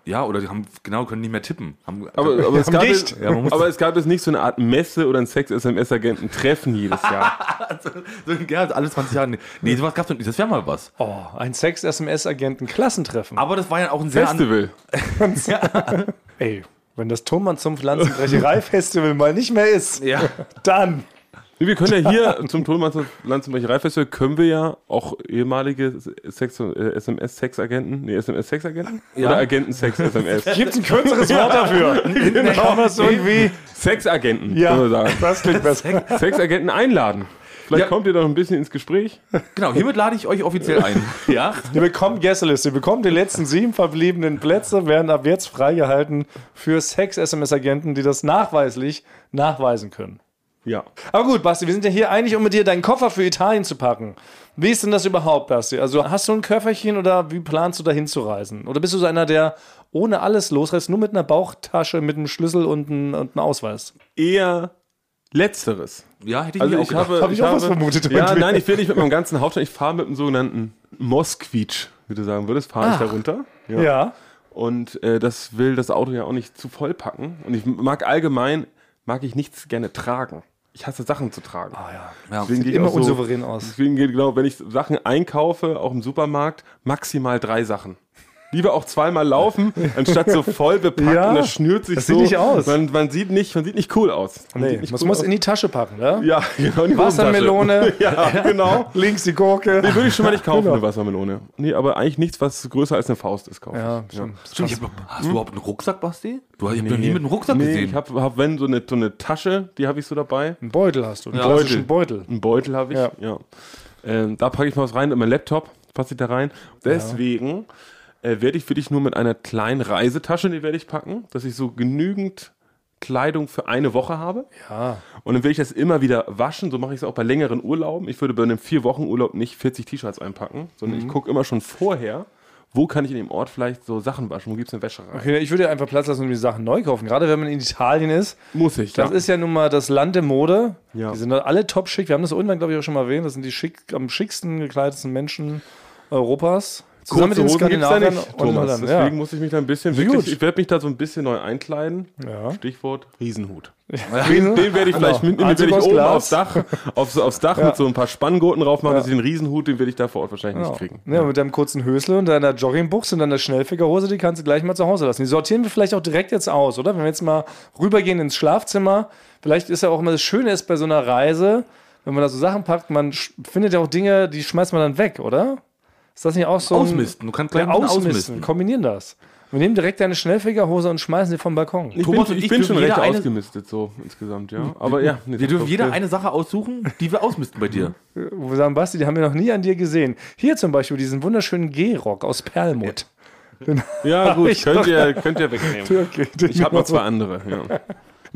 Ja, oder die haben, genau, können nicht mehr tippen. Haben, Aber, aber, es gab es, Ja, man muss- aber es gab jetzt nicht so eine Art Messe oder ein Sex-SMS-Agenten-Treffen jedes Jahr. So, ja, alle 20 Jahre. Nee, sowas gab's noch nicht. Das wäre mal was. Oh, ein Sex-SMS-Agenten-Klassentreffen. Aber das war ja auch ein sehr. an- Festival. Ey, Wenn das Thomann zum Pflanzenbrecherei-Festival mal nicht mehr ist, Ja. dann. Wir können ja hier zum Tonmanns Lanzenbrecherei-Festival können wir ja auch ehemalige Sex, äh, SMS-Sexagenten, nee, SMS-Sexagenten? Oder Agenten-Sex-SMS? Gibt ein kürzeres Wort dafür. Dann kann man es irgendwie. Sexagenten, Ja, können wir sagen. das klingt besser. Sexagenten einladen. Vielleicht Ja. kommt ihr doch ein bisschen ins Gespräch. Genau, hiermit lade ich euch offiziell ein. Ja. Ihr bekommt Gästeliste. Ihr bekommt die letzten sieben verbliebenen Plätze, werden ab jetzt freigehalten für Sex-SMS-Agenten, die das nachweislich nachweisen können. Ja. Aber gut, Basti, wir sind ja hier eigentlich, um mit dir deinen Koffer für Italien zu packen. Wie ist denn das überhaupt, Basti? Also hast du ein Köfferchen oder wie planst du dahin zu reisen? Oder bist du so einer, der ohne alles losreist, nur mit einer Bauchtasche, mit einem Schlüssel und einem, und einem Ausweis? Eher Letzteres. Ja, hätte ich Also mir auch ich gedacht. habe, Hab ich auch was vermutet. Ja, nein, ich will nicht mit meinem ganzen Hauptstadt. Ich fahre mit dem sogenannten Mosquitsch, wie du sagen würdest, fahre ich Ah. da runter. Ja. ja. Und äh, das will das Auto ja auch nicht zu voll packen. Und ich mag allgemein, mag ich nichts gerne tragen. Ich hasse Sachen zu tragen. Ah, Deswegen gehe ich immer auch so- unsouverän aus. Deswegen geht genau, wenn ich Sachen einkaufe, auch im Supermarkt, maximal drei Sachen. Lieber auch zweimal laufen, anstatt so voll bepackt Ja, und das schnürt sich das so. sieht nicht aus. Man, man, sieht nicht, man sieht nicht cool aus. Man Nee, sieht nicht man cool muss aus. in die Tasche packen, ne? ja, genau, in die Wassermelone, Genau. Hosentasche. ja, genau. links die Gurke. Die würde ich schon mal nicht kaufen, eine Wassermelone. Nee, aber eigentlich nichts, was größer als eine Faust ist, kaufen. Ja, stimmt. Stimmt, ich hab, hast du überhaupt einen Rucksack, Basti? Du hast ich hab noch nie mit einem Rucksack hm? nee, gesehen. ich habe, hab, wenn, so eine, so eine Tasche, die habe ich so dabei. Einen Beutel hast du, einen klassischen Beutel. Einen Beutel habe ich, Ja. ja. Ähm, da packe ich mal was rein und mein Laptop passe ich da rein. Deswegen äh, werde ich für dich nur mit einer kleinen Reisetasche, die werde ich packen, dass ich so genügend Kleidung für eine Woche habe. Ja. Und dann will ich das immer wieder waschen. So mache ich es auch bei längeren Urlauben. Ich würde bei einem vier Wochen Urlaub nicht 40 T-Shirts einpacken, sondern Mhm. ich gucke immer schon vorher, wo kann ich in dem Ort vielleicht so Sachen waschen, wo gibt es eine Wäscherei. Okay, ich würde ja einfach Platz lassen und die Sachen neu kaufen. Gerade wenn man in Italien ist, Muss ich, Das ja. ist ja nun mal das Land der Mode. Ja. Die sind da alle top schick. Wir haben das irgendwann, glaube ich, auch schon mal erwähnt. Das sind die schick, am schicksten gekleideten Menschen Europas. Zusammen Kurze Hosen gibt's da nicht, Thomas. Holländern, Deswegen ja. muss ich mich da ein bisschen, Gut. wirklich, ich werde mich da so ein bisschen neu einkleiden. Ja. Genau. Stichwort Riesenhut. Den, Den werde ich vielleicht mit, den Anzug werde ich aus oben Glas. aufs Dach, aufs, aufs Dach mit so ein paar Spanngurten drauf machen, dass ich den Riesenhut, den werde ich da vor Ort wahrscheinlich nicht kriegen. Ja, mit deinem kurzen Hösle und deiner Joggingbuchse und deiner Schnellfickerhose, die kannst du gleich mal zu Hause lassen. Die sortieren wir vielleicht auch direkt jetzt aus, oder? Wenn wir jetzt mal rübergehen ins Schlafzimmer, vielleicht ist ja auch immer das Schöne ist bei so einer Reise, wenn man da so Sachen packt, man sch- findet ja auch Dinge, die schmeißt man dann weg, oder? Ist das nicht auch so ein... Ausmisten. Du kannst gleich Ja, einen ausmisten. Kombinieren das. Wir nehmen direkt deine Schnellfickerhose und schmeißen sie vom Balkon. Ich Thomas bin, und ich ich bin dürfen schon jeder recht eine- ausgemistet so insgesamt, ja. Aber ja. nee, Wir dürfen das- jeder eine Sache aussuchen, die wir ausmisten bei dir. Wo wir sagen, Basti, die haben wir noch nie an dir gesehen. Hier zum Beispiel diesen wunderschönen Gehrock aus Perlmutt. Ja, gut, Ich- könnt ihr, könnt ihr wegnehmen. Okay, Ich habe noch zwei andere. Ja.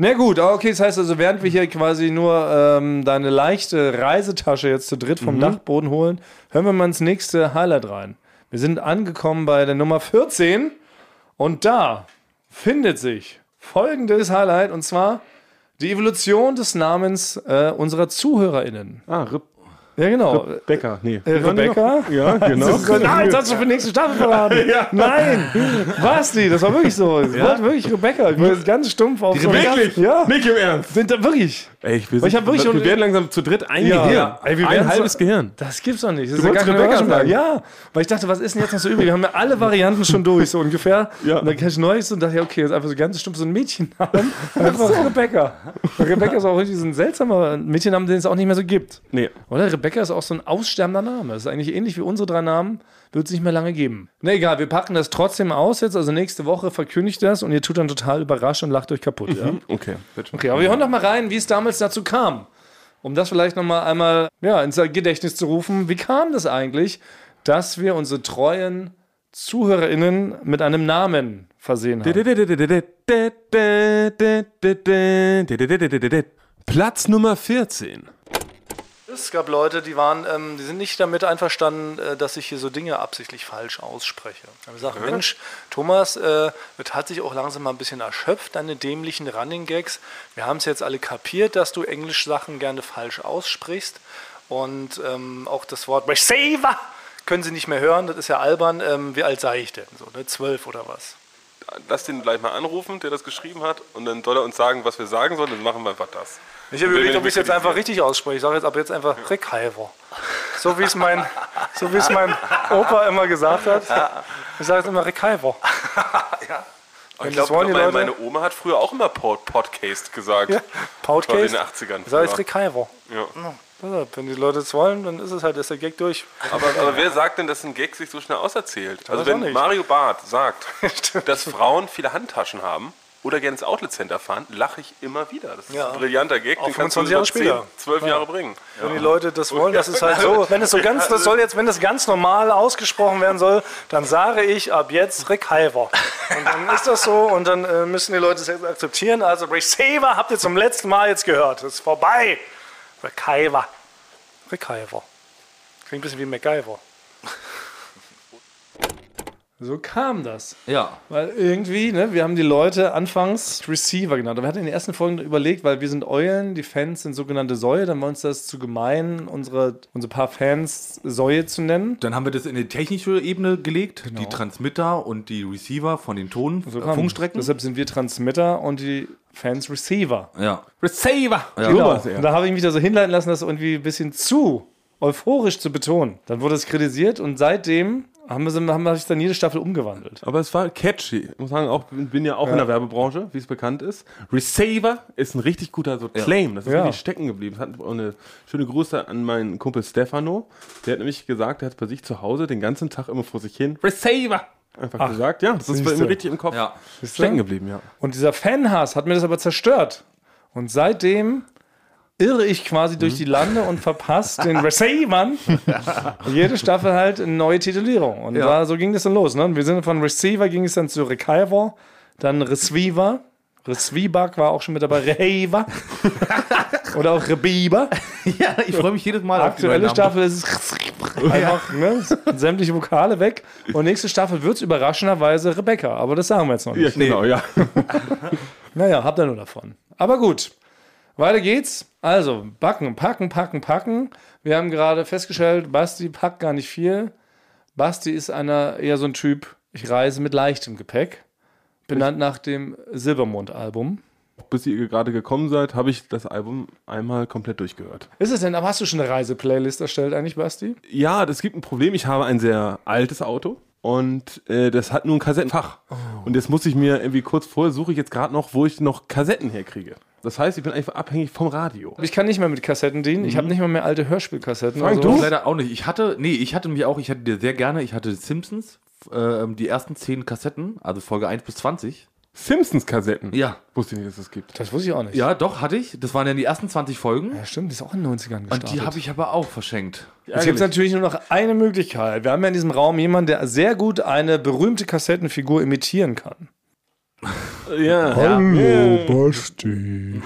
Na gut, okay, das heißt also, während wir hier quasi nur ähm, deine leichte Reisetasche jetzt zu dritt vom Dachboden holen, hören wir mal ins nächste Highlight rein. Wir sind angekommen bei der Nummer 14 und da findet sich folgendes Highlight und zwar die Evolution des Namens äh, unserer ZuhörerInnen. Ah, Rip Ja, genau. Becker, nee. Äh, Rebecca? Ja, genau. Nein, das Ah, hast du für die nächste Staffel verraten. Nein! Basti, das war wirklich so. Es war wirklich Rebecca. Ich war jetzt ganz stumpf auf so Wirklich? Ja. Nicht im Ernst. Sind da wirklich? Ey, ich, wir, ich hab wirklich wir schon- werden langsam zu dritt ein Ja. Gehirn. Ey, wir ein werden so- halbes Gehirn. Das gibt's doch nicht. Das wolltest Rebecca Überraschung mehr. sagen? Ja, weil ich dachte, was ist denn jetzt noch so übrig? Wir haben ja alle Varianten schon durch, so ungefähr. Ja. Und dann kam ich Neues und dachte, ja, okay, jetzt einfach so ganz stumpf so ein Mädchennamen. Einfach Rebecca. Und Rebecca ist auch richtig so ein seltsamer Mädchennamen, den es auch nicht mehr so gibt. Nee. Oder Rebecca ist auch so ein aussterbender Name. Das ist eigentlich ähnlich wie unsere drei Namen. Wird es nicht mehr lange geben. Na egal, wir packen das trotzdem aus jetzt. Also nächste Woche verkündigt das und ihr tut dann total überrascht und lacht euch kaputt. Ja? Okay. Wird schon. Okay, aber wir hören noch mal rein, wie es damals dazu kam. Um das vielleicht noch mal einmal ja, ins Gedächtnis zu rufen. Wie kam das eigentlich, dass wir unsere treuen ZuhörerInnen mit einem Namen versehen haben? Platz Nummer 14. Es gab Leute, die waren, ähm, die sind nicht damit einverstanden, äh, dass ich hier so Dinge absichtlich falsch ausspreche. Da haben gesagt, Mensch, Thomas, äh, das hat sich auch langsam mal ein bisschen erschöpft, deine dämlichen Running Gags. Wir haben es jetzt alle kapiert, dass du Englisch Sachen gerne falsch aussprichst. Und ähm, auch das Wort Receiver können sie nicht mehr hören, das ist ja albern. Ähm, wie alt sei ich denn? So, ne? Zwölf oder was? Lass den gleich mal anrufen, der das geschrieben hat, und dann soll er uns sagen, was wir sagen sollen, dann machen wir einfach das. Ich habe Und wenn überlegt, wir ob ich es jetzt kritisieren. einfach richtig ausspreche. Ich sage jetzt ab jetzt einfach Rick Halver. So wie es mein, so wie es mein Opa immer gesagt hat. Ich sage jetzt immer Rick Halver. Aber ich das glaube, wollen die meine, Leute- meine Oma hat früher auch immer Pod Podcast gesagt. Ja, Podcast. in den 80ern. Das ist früher. richtig Kaiwo. ja. Ja, Wenn die Leute es wollen, dann ist es halt, ist der Gag durch. Aber, aber wer sagt denn, dass ein Gag sich so schnell auserzählt? Also weiß auch wenn nicht. Mario Barth sagt, dass Frauen viele Handtaschen haben oder gerne ins Outlet Center fahren, lache ich immer wieder. Das ist Ja. ein brillanter Gag, Auch den kannst du 25 Jahre über 10, später. 12 Jahre bringen. Wenn die Leute das wollen, das ist halt so. Wenn es so ganz, das soll jetzt, wenn es ganz normal ausgesprochen werden soll, dann sage ich ab jetzt Rick Halver. Und dann ist das so und dann äh, müssen die Leute es jetzt akzeptieren. Also Rick Saver habt ihr zum letzten Mal jetzt gehört. Das ist vorbei. Rick Halver. Rick Halver. Klingt ein bisschen wie MacGyver. So kam das. Ja. Weil irgendwie, ne, wir haben die Leute anfangs Receiver genannt. Und wir hatten in den ersten Folgen überlegt, weil wir sind Eulen, die Fans sind sogenannte Säue, dann war uns das zu gemein, unsere, unsere paar Fans Säue zu nennen. Dann haben wir das in die technische Ebene gelegt, Genau. die Transmitter und die Receiver von den Ton, So äh, kam- Funkstrecken. Deshalb sind wir Transmitter und die Fans Receiver. Ja. Receiver! Ja. Genau. war's, ja. Und da habe ich mich da so hinleiten lassen, das irgendwie ein bisschen zu euphorisch zu betonen. Dann wurde es kritisiert und seitdem haben wir, so- haben wir sich dann jede Staffel umgewandelt. Aber es war catchy. Ich muss sagen, auch bin ja auch in der Werbebranche, wie es bekannt ist. Receiver ist ein richtig guter so Claim. Das ist Ja. wirklich stecken geblieben. Es Hat auch eine schöne Grüße an meinen Kumpel Stefano. Der hat nämlich gesagt, der hat bei sich zu Hause den ganzen Tag immer vor sich hin Receiver einfach gesagt. Ja, das ist bei ihm siehste. richtig im Kopf Ja. stecken geblieben. Ja. Und dieser Fanhass hat mir das aber zerstört. Und seitdem irre ich quasi durch die Lande und verpasse den Receivern jede Staffel halt eine neue Titulierung. Und da, so ging das dann los. Ne? Und wir sind von Receiver ging es dann zu Recaiver, dann Receiver. Reswieback war auch schon mit dabei, Rehaver oder auch Rebiber. ja, ich freue mich jedes Mal auf die neuen Aktuelle Namen. Staffel ist es einfach ne, sämtliche Vokale weg. Und nächste Staffel wird es überraschenderweise Rebecca. Aber das sagen wir jetzt noch nicht. ja, genau, ja. Naja, habt ihr nur davon. Aber gut, weiter geht's. Also, backen, packen, packen, packen. Wir haben gerade festgestellt, Basti packt gar nicht viel. Basti ist einer eher so ein Typ, ich reise mit leichtem Gepäck. Benannt nach dem Silbermond-Album. Bis ihr gerade gekommen seid, habe ich das Album einmal komplett durchgehört. Ist es denn, aber hast du schon eine Reise-Playlist erstellt eigentlich, Basti? Ja, das gibt ein Problem. Ich habe ein sehr altes Auto und äh, das hat nur ein Kassettenfach. Und jetzt muss ich mir irgendwie kurz vorher suche ich jetzt gerade noch, wo ich noch Kassetten herkriege. Das heißt, ich bin einfach abhängig vom Radio. Ich kann nicht mehr mit Kassetten dienen. Ich Mhm. habe nicht mal mehr alte Hörspielkassetten. Frank, oder Ich so. Leider auch nicht. Ich hatte, nee, ich hatte mich auch, ich hatte dir sehr gerne, ich hatte Simpsons, äh, die ersten 10 Kassetten, also Folge 1 bis 20. Simpsons-Kassetten. Ja. Wusste nicht, dass es das gibt. Das wusste ich auch nicht. Ja, doch, hatte ich. Das waren ja die ersten 20 Folgen. Ja, stimmt, die ist auch in den 90ern gestartet. Und die habe ich aber auch verschenkt. Jetzt gibt es Ärgerlich. natürlich nur noch eine Möglichkeit. Wir haben ja in diesem Raum jemanden, der sehr gut eine berühmte Kassettenfigur imitieren kann. Ja. Hallo Basti.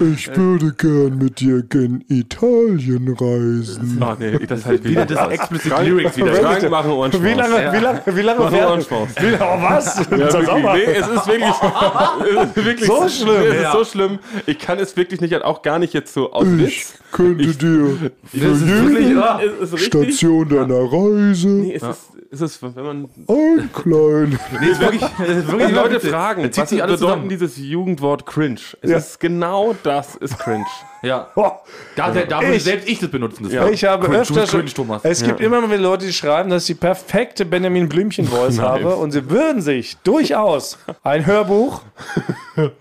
Ich würde gern mit dir gen Italien reisen. Ach nee, das halt wieder Das das explicit Lyrics wieder. Frank machen Ohrenschmaus. Wie lange, wie lange, wie lange Machen werden? Ohrenschmaus. Wie, oh, was? Ist Ja, das auch wirklich. mal- Nee, es ist wirklich, es ist wirklich So schlimm, Es ist ja. so schlimm. Ich kann es wirklich nicht, auch gar nicht jetzt so aus Ich Witz. könnte dir Es ist wirklich, ah, jede es ist richtig. Station deiner Reise Nee, es ist, es ist, wenn man ein klein. Nee, ist wirklich, ist wirklich Die immer Leute witzig. fragen, Da zieht was sich alles bedeutet zusammen. dieses Jugendwort cringe? Es Ja. ist genau das ist cringe. Ja. Oh, Da, da, da würde Ich- selbst ich das benutzen. Das ich habe Cringe, öfter schon, cringe, Thomas. es gibt immer mal wieder Leute, die schreiben, dass ich die perfekte Benjamin Blümchen-Voice habe und sie würden sich durchaus ein Hörbuch,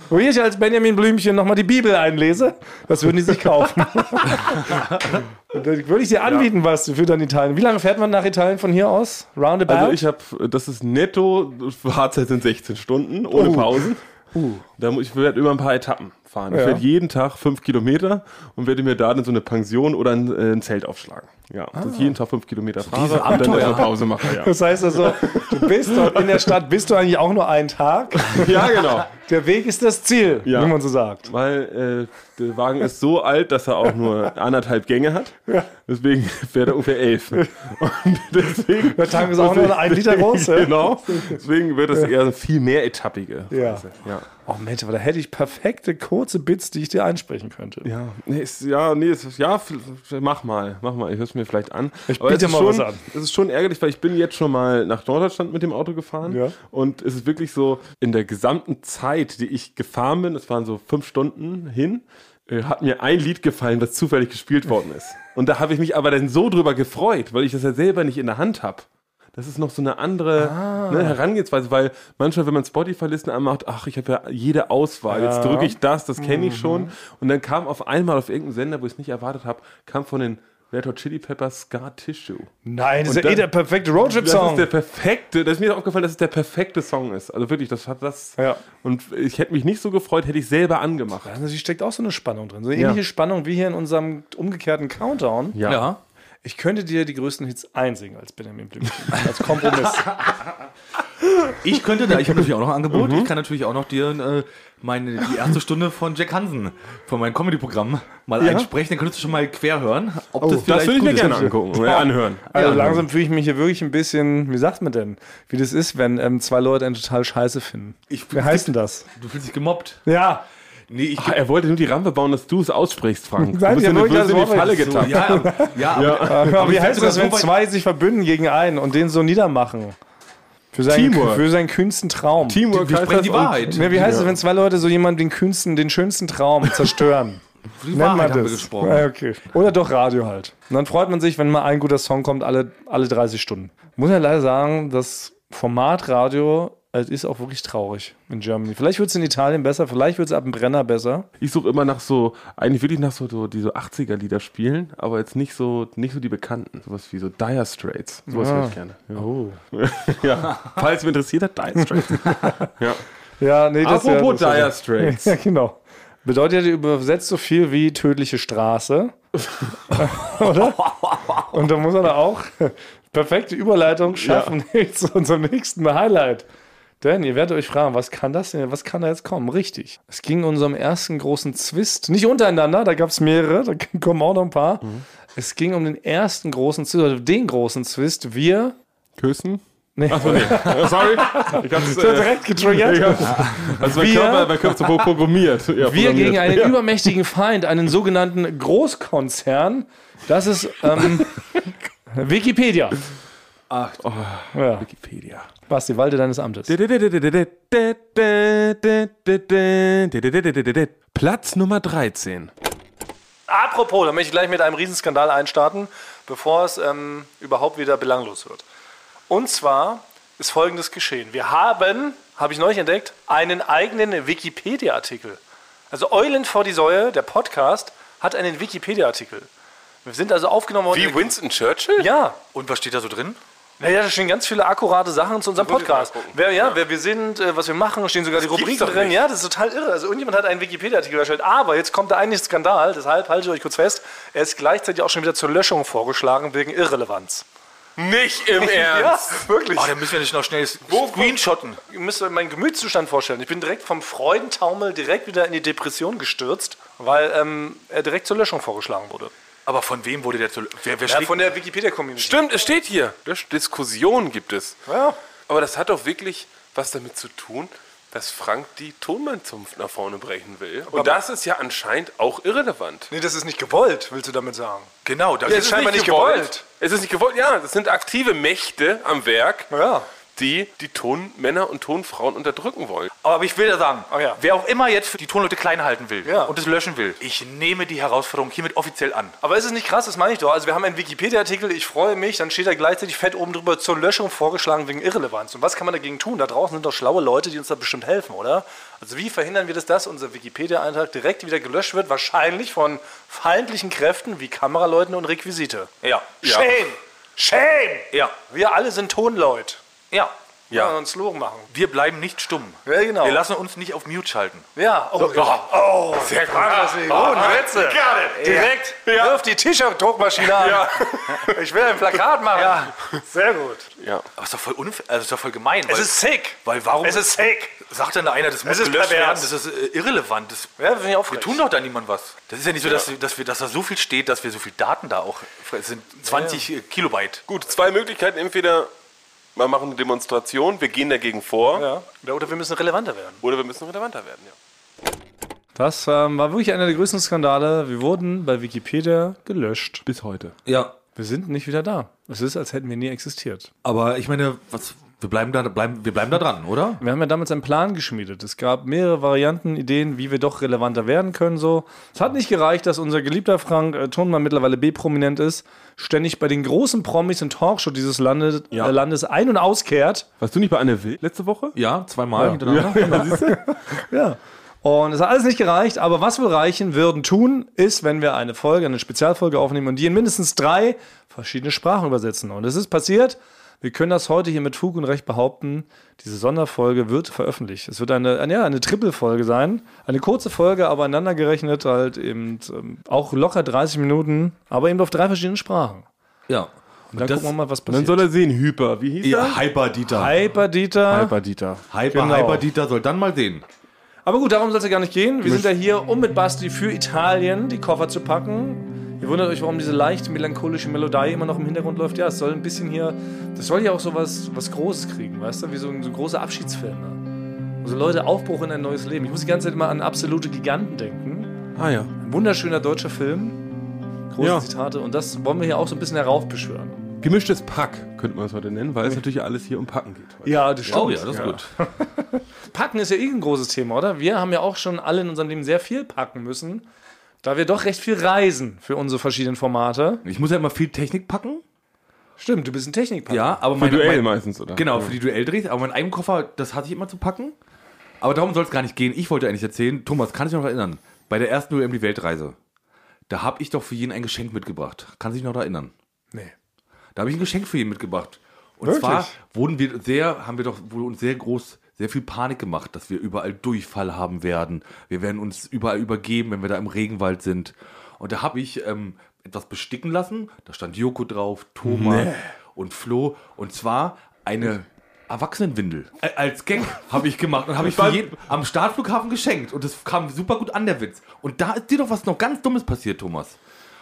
wo ich als Benjamin Blümchen nochmal die Bibel einlese, das würden die sich kaufen. Und dann würde ich dir anbieten, was für dann Italien. Wie lange fährt man nach Italien von hier aus? Roundabout? Also ich habe, das ist netto, Fahrzeit sind 16 Stunden Uh. ohne Pausen. Da muss, ich werde immer ein paar Etappen fahren. Ich Ja. werde jeden Tag fünf Kilometer und werde mir da dann so eine Pension oder ein, äh, ein Zelt aufschlagen. Ja, dass Ah. ich jeden Tag fünf Kilometer fahre und dann eine Pause mache. Ja, das heißt also, du bist dort in der Stadt, bist du eigentlich auch nur einen Tag. ja genau. Der Weg ist das Ziel, Ja. wie man so sagt. Weil äh, der Wagen ist so alt, dass er auch nur anderthalb Gänge hat. Deswegen fährt er ungefähr elf. Und deswegen Der Tank ist auch nur ein Liter groß. ja? Genau. Deswegen wird das eher eine viel mehr etappige Ja. Reise. Ja. Oh Mensch, aber da hätte ich perfekte kurze Bits, die ich dir einsprechen könnte. Ja, nee, ist, ja, nee, ist, ja, f- f- mach mal, mach mal, ich hör's mir vielleicht an. Ich biete es ist mal schon, was an. Es ist schon ärgerlich, weil ich bin jetzt schon mal nach Norddeutschland mit dem Auto gefahren Ja. und es ist wirklich so, in der gesamten Zeit, die ich gefahren bin, es waren so fünf Stunden hin, äh, hat mir ein Lied gefallen, was zufällig gespielt worden ist. Und da habe ich mich aber dann so drüber gefreut, weil ich das ja selber nicht in der Hand habe. Das ist noch so eine andere ne, Herangehensweise, weil manchmal, wenn man Spotify-Listen anmacht, ach, ich habe ja jede Auswahl, jetzt drücke ich das, das kenne ich schon. Und dann kam auf einmal auf irgendeinem Sender, wo ich es nicht erwartet habe, kam von den Red Hot Chili Peppers Scar Tissue. Nein, das Und ist ja eh dann- der perfekte Das ist der Roadtrip-Song. perfekte, das ist mir aufgefallen, dass es der perfekte Song ist. Also wirklich, das hat das. Ja. Und ich hätte mich nicht so gefreut, hätte ich selber angemacht. Also, hier steckt auch so eine Spannung drin. So eine ähnliche Spannung wie hier in unserem umgekehrten Countdown. Ja. Ich könnte dir die größten Hits einsingen als Benjamin Blümchen. Als Kompromiss. Ich könnte da, ich habe natürlich auch noch ein Angebot. Ich kann natürlich auch noch dir äh, meine, die erste Stunde von Jack Hansen, von meinem Comedy-Programm, mal einsprechen. Dann könntest du schon mal quer hören, ob das Oh, Das vielleicht würde ich gut mir ist. gerne angucken, äh, anhören. Also langsam fühle ich mich hier wirklich ein bisschen, wie sagt man denn, wie das ist, wenn ähm, zwei Leute einen total scheiße finden. Ich- wie heißt denn das? Du fühlst dich gemobbt. Ja. Nee, ich Ach, Ah, er wollte nur die Rampe bauen, dass du es aussprichst, Nein, Frank. du bist ja, ja wirklich, nervös in die das war Falle nicht so, getappt. ja, ja, aber, Aber, aber Äh, wie ich heißt bin das, sogar wenn so weit- zwei sich verbünden gegen einen und den so niedermachen? Für seinen, Teamwork. für seinen kühnsten Traum. Teamwork wir heißt sprechen die das und- Wahrheit. Ne, wie heißt es, wenn zwei Leute so jemanden den kühnsten, den schönsten Traum zerstören? Die Nennt man Wahrheit haben wir das. gesprochen. Ja, okay. Oder doch Radio halt. Und dann freut man sich, wenn mal ein guter Song kommt, alle, alle 30 Stunden. Muss ja leider sagen, das Format Radio es ist auch wirklich traurig in Germany. Vielleicht wird es in Italien besser, vielleicht wird es ab dem Brenner besser. Ich suche immer nach so, eigentlich wirklich nach so, so die so 80er-Lieder spielen, aber jetzt nicht so, nicht so die bekannten. Sowas wie so Dire Straits. Sowas würde ich gerne. Ja. Oh. ja. Falls mir interessiert hat, Dire Straits. ja. Ja, nee, das Apropos ja, Dire das Straits. ja, genau. Bedeutet ja übersetzt so viel wie tödliche Straße. Oder? Und da muss er da auch perfekte Überleitung schaffen zu unserem nächsten Highlight. Denn ihr werdet euch fragen, was kann das denn, was kann da jetzt kommen? Richtig. Es ging in unserem ersten großen Zwist, nicht untereinander, da gab es mehrere, da kommen auch noch ein paar. Es ging um den ersten großen Zwist, oder den großen Zwist, wir. Küssen? Nee. Achso, nee. Sorry. Ich hab's, So äh, direkt getriggert. ich hab's, also mein Wir- Körper, mein Körper ist so programmiert. Ja, Wir programmiert. gegen einen übermächtigen Feind, einen sogenannten Großkonzern. Das ist ähm, Wikipedia. Oh. Ach, ja. Wikipedia. Basti, Walde deines Amtes. Platz Nummer 13. Apropos, da möchte ich gleich mit einem Riesenskandal einstarten, bevor es ähm, überhaupt wieder belanglos wird. Und zwar ist Folgendes geschehen. Wir haben, habe ich neulich entdeckt, einen eigenen Wikipedia-Artikel. Also Eulen vor die Säue, der Podcast, hat einen Wikipedia-Artikel. Wir sind also aufgenommen worden. Wie Winston Churchill? ja, Und was steht da so drin? naja, da stehen ganz viele akkurate Sachen zu unserem Muss ich mal Podcast. gucken. Wer, ja, wer wir sind, äh, was wir machen, stehen sogar die gibt's Rubriken doch drin. nicht. Ja, das ist total irre. Also irgendjemand hat einen Wikipedia-Artikel erstellt. Aber jetzt kommt der eigentliche Skandal, deshalb haltet euch kurz fest. Er ist gleichzeitig auch schon wieder zur Löschung vorgeschlagen wegen Irrelevanz. Nicht im Ernst. Ja, wirklich. Oh, dann müssen wir nicht noch schnell screenshotten. Ihr müsst euch meinen Gemütszustand vorstellen. Ich bin direkt vom Freudentaumel direkt wieder in die Depression gestürzt, weil ähm, er direkt zur Löschung vorgeschlagen wurde. Aber von wem wurde der zu. Wer, wer Ja, schlägt- von der Wikipedia-Community. Stimmt, es steht hier. Dis- Diskussion gibt es. Ja. Aber das hat doch wirklich was damit zu tun, dass Frank die Tonbandzumpf nach vorne brechen will. Und das ist ja anscheinend auch irrelevant. Nee, das ist nicht gewollt, willst du damit sagen? genau, da Ja, ist es scheinbar nicht gewollt. Es ist nicht gewollt, ja. Das sind aktive Mächte am Werk, Ja. die die Tonmänner und Tonfrauen unterdrücken wollen. Aber ich will da sagen, Oh ja. wer auch immer jetzt die Tonleute klein halten will Ja. und es löschen will, ich nehme die Herausforderung hiermit offiziell an. Aber ist es nicht krass, das meine ich doch. Also wir haben einen Wikipedia-Artikel, ich freue mich, dann steht da gleichzeitig fett oben drüber zur Löschung vorgeschlagen wegen Irrelevanz. Und was kann man dagegen tun? Da draußen sind doch schlaue Leute, die uns da bestimmt helfen, oder? Also wie verhindern wir das, dass unser Wikipedia-Eintrag direkt wieder gelöscht wird? Wahrscheinlich von feindlichen Kräften wie Kameraleuten und Requisite. Ja. Ja. Shame! Shame! Ja. Wir alle sind Tonleut. Ja. Ja. Können wir einen Slogan machen. Wir bleiben nicht stumm. Ja, genau. Wir lassen uns nicht auf Mute schalten. Ja. Oh, ja. oh sehr gut. Sätze. Direkt. Wirf die T-Shirt-Druckmaschine an. Ich will ein Plakat machen. Sehr gut. Aber ist doch voll, unf also ist doch voll gemein. Es weil- ist sick. Weil warum Es ist sick. sagt dann einer, das muss ist gelöscht werden, pervers. das ist äh, irrelevant. Das, Ja, finde ich auch frech. wir tun doch da niemand was. Das ist ja nicht so, dass, wir- dass, wir, dass da so viel steht, dass wir so viel Daten da auch. Es sind 20 äh, Kilobyte. Gut, zwei Möglichkeiten. Entweder wir machen eine Demonstration, wir gehen dagegen vor, Ja. Oder wir müssen relevanter werden. oder wir müssen relevanter werden. Ja. Das ähm, war wirklich einer der größten Skandale. Wir wurden bei Wikipedia gelöscht. Bis heute. Ja, Wir sind nicht wieder da. Es ist, als hätten wir nie existiert. aber ich meine, was, Wir bleiben da, bleiben, wir bleiben da dran, oder? Wir haben ja damals einen Plan geschmiedet. Es gab mehrere Varianten, Ideen, wie wir doch relevanter werden können. So. Es hat nicht gereicht, dass unser geliebter Frank äh, Thunmann mittlerweile B-prominent ist, ständig bei den großen Promis und Talkshow dieses Landes, äh, Landes ein- und auskehrt. Warst du nicht bei Anne Will letzte Woche? Ja, zweimal hintereinander. Ja. Und es hat alles nicht gereicht, aber was wir reichen würden tun, ist, wenn wir eine Folge, eine Spezialfolge aufnehmen und die in mindestens drei verschiedene Sprachen übersetzen. Und es ist passiert. Wir können das heute hier mit Fug und Recht behaupten. Diese Sonderfolge wird veröffentlicht. Es wird eine, eine, ja, eine Triple-Folge sein. Eine kurze Folge, aber aneinander gerechnet, halt eben ähm, auch locker 30 Minuten, aber eben auf drei verschiedenen Sprachen. Ja. Und dann das- gucken wir mal, was Dann passiert. soll er sehen, Hyper. Wie hieß ja Hyper-Dieter. Hyper Dieter. Dieter. Hyper, Genau. Hyper-Dieter soll dann mal sehen. Aber gut, darum soll es ja gar nicht gehen. Wir sind ja hier, um mit Basti für Italien die Koffer zu packen. Ihr wundert euch, warum diese leicht melancholische Melodie immer noch im Hintergrund läuft. Ja, es soll ein bisschen hier, das soll ja auch so was, was Großes kriegen, weißt du? Wie so ein, so ein großer Abschiedsfilm. Ne? Also Leute, Aufbruch in ein neues Leben. Ich muss die ganze Zeit immer an absolute Giganten denken. Ah ja. Ein wunderschöner deutscher Film. Große Ja. Zitate. Und das wollen wir hier auch so ein bisschen heraufbeschwören. Gemischtes Pack könnte man es heute nennen, weil es natürlich alles hier um Packen geht. heute. Ja, das Oh ja, das ist gut. Packen ist ja eh ein großes Thema, oder? Wir haben ja auch schon alle in unserem Leben sehr viel packen müssen, da wir doch recht viel reisen für unsere verschiedenen Formate. Ich muss ja immer viel Technik packen. Stimmt, du bist ein Technikpacker. Ja, aber Für mein, Duell mein, meistens, oder? Genau, für die Duelldrehs. Aber meinen eigenen Koffer, das hatte ich immer zu packen. Aber darum soll es gar nicht gehen. Ich wollte eigentlich erzählen, Thomas, kann ich noch erinnern? Bei der ersten UM die Weltreise, da habe ich doch für jeden ein Geschenk mitgebracht. Kannst du dich noch erinnern? Nee. Da habe ich ein Geschenk für jeden mitgebracht. Und zwar wurden wir sehr, haben wir doch wohl uns sehr groß, sehr viel Panik gemacht, dass wir überall Durchfall haben werden. Wir werden uns überall übergeben, wenn wir da im Regenwald sind. Und da habe ich ähm, etwas besticken lassen. Da stand Joko drauf, Thomas und Flo. Und zwar eine Erwachsenenwindel. Ä- Als Gag habe ich gemacht und habe ich für jeden am Startflughafen geschenkt. Und das kam super gut an, der Witz. Und da ist dir doch was noch ganz Dummes passiert, Thomas.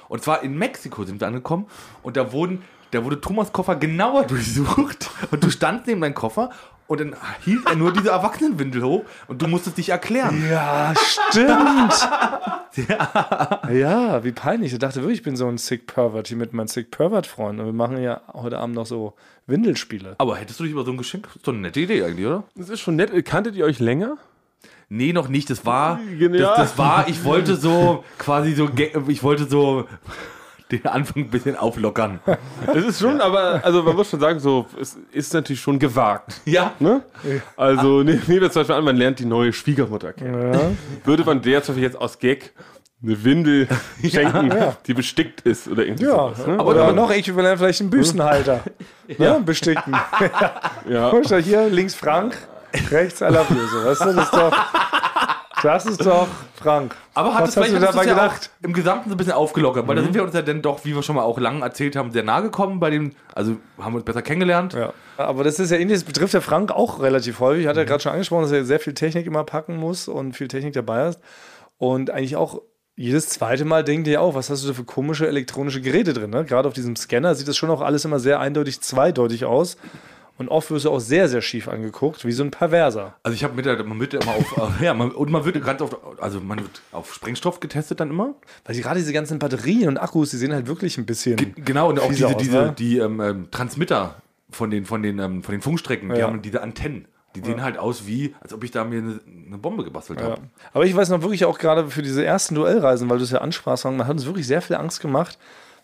Und zwar in Mexiko sind wir angekommen und da wurden, da wurde Thomas Koffer genauer durchsucht und du standst neben deinem Koffer und dann hielt er nur diese Erwachsenenwindel hoch und du musstest dich erklären. Ja, stimmt. ja. ja, wie peinlich. Ich dachte wirklich, ich bin so ein Sick Pervert hier mit meinen Sick Pervert-Freunden. Und wir machen ja heute Abend noch so Windelspiele. Aber hättest du dich über so ein Geschenk, ist doch eine nette Idee eigentlich, oder? Das ist schon nett. Kanntet ihr euch länger? Nee, noch nicht, das war, Genial. das, das war, ich wollte so, quasi so, ge- ich wollte so den Anfang ein bisschen auflockern. Es ist schon, aber also man muss schon sagen, so es ist natürlich schon gewagt. Ja, Ne? Also ne- nehmen wir zum Beispiel an, man lernt die neue Schwiegermutter kennen. Würde man der zum Beispiel jetzt aus Gag eine Windel schenken, die bestickt ist oder irgendwie Ja, sowas. Ne? aber oder noch äquivalent vielleicht einen Büstenhalter. ja, bestickten. Ja. Guck mal, hier links Frank, rechts I love you. So, weißt du, das ist doch. Das ist doch Frank. aber hat Was es hast vielleicht du hat es dabei das ja gedacht? Mhm. Auch im Gesamten so ein bisschen aufgelockert, weil da sind wir uns ja dann doch, wie wir schon mal auch lang erzählt haben, sehr nahe gekommen bei dem, also haben wir uns besser kennengelernt. Ja. Aber das ist ja ähnlich, das betrifft der Frank auch relativ häufig. Hat er gerade schon angesprochen, dass er sehr viel Technik immer packen muss und viel Technik dabei ist. Und eigentlich auch jedes zweite Mal denkt ihr auch, was hast du da für komische elektronische Geräte drin? Ne? Gerade auf diesem Scanner sieht das schon auch alles immer sehr eindeutig zweideutig aus. Und oft wirst du auch sehr, sehr schief angeguckt, wie so ein Perverser. Also ich habe mit der, man wird ja immer auf, äh, ja, man, und man wird ganz oft, also man wird auf Sprengstoff getestet dann immer. Weil die- gerade diese ganzen Batterien und Akkus, die sehen halt wirklich ein bisschen. Genau, und auch Fiese diese, aus, diese, ne? die ähm, ähm, Transmitter von den, von den, ähm, von den Funkstrecken, die Ja. haben diese Antennen. Die sehen halt aus wie, als ob ich da mir eine, eine Bombe gebastelt Ja. habe. Aber ich weiß noch wirklich auch gerade für diese ersten Duellreisen, weil du es ja ansprachst, Frank, man hat uns wirklich sehr viel Angst gemacht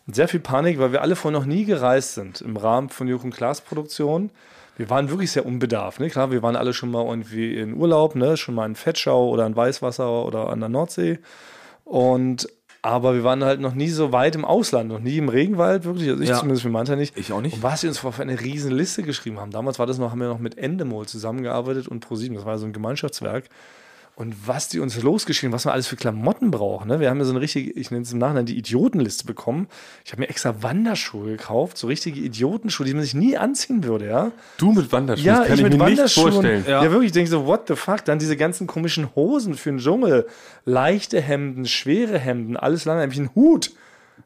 und sehr viel Panik, weil wir alle vorher noch nie gereist sind im Rahmen von Jürgen Klaas Produktion. Wir waren wirklich sehr unbedarft. Ne? Klar, wir waren alle schon mal irgendwie in Urlaub, ne? schon mal in Fettschau oder in Weißwasser oder an der Nordsee. Und aber wir waren halt noch nie so weit im Ausland, noch nie im Regenwald, wirklich. Also ich Ja. zumindest für meinte nicht. Ich auch nicht. Und was sie uns vorher für eine riesen Liste geschrieben haben. Damals war das noch, haben wir noch mit Endemol zusammengearbeitet und ProSieben. Das war so ein Gemeinschaftswerk. Und was die uns losgeschrieben, was man alles für Klamotten braucht. Ne? Wir haben ja so eine richtige, ich nenne es im Nachhinein die Idiotenliste bekommen. Ich habe mir extra Wanderschuhe gekauft, so richtige Idiotenschuhe, die man sich nie anziehen würde, ja. Du mit Wanderschuhen, Ja, das kann ich ich, mit mir nicht Wanderschuhen. vorstellen. Ja. wirklich, ich denke so, what the fuck? Dann diese ganzen komischen Hosen für den Dschungel, leichte Hemden, schwere Hemden, alles lange, nämlich einen Hut.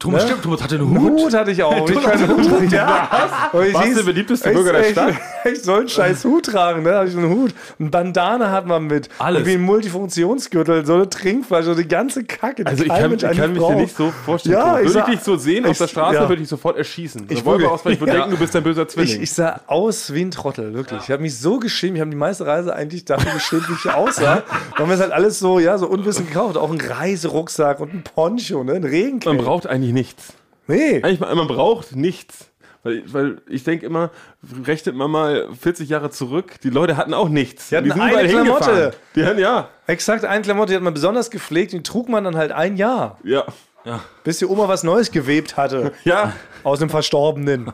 Thomas, stimmt, Thomas hatte einen Hut. Hut hatte ich auch. Ich kann einen Hut tragen. Ja. Und ich Warst hieß- der beliebteste ich- Bürger der ich- Stadt? Ich soll einen scheiß Hut tragen, ne? Habe ich so einen Hut. Ein Bandana hat man mit. Alles. Irgendwie ein Multifunktionsgürtel, so eine Trinkflasche, so die ganze Kacke. die Also ich kein kann, ich Mensch kann eigentlich mich hier braucht. nicht so vorstellen. Ja, ich würde ich sag- dich so sehen auf ich- der Straße, ja. würde ich sofort erschießen. Ich Revolver wirklich- ausweichen, ich würde Ja. denken, du bist ein böser Ich, Zwilling. ich sah aus wie ein Trottel, wirklich. Ich habe mich so geschämt. Ich habe die meiste Reise eigentlich dafür geschämt, wie ich aussah. Weil mir ist halt alles so, ja, so unwissend gekauft. Auch ein Reiserucksack und ein Poncho, ne? Ein man Regencape. braucht eigentlich nichts. Nee. Eigentlich, man man braucht nichts. Weil, weil ich denke immer, rechnet man mal 40 Jahre zurück, die Leute hatten auch nichts. Die hatten eine überall Klamotte. hingefahren. Die hatten, ja, Exakt, eine Klamotte, die hat man besonders gepflegt. Die trug man dann halt ein Jahr. ja, Bis die Oma was Neues gewebt hatte. ja. Aus dem Verstorbenen.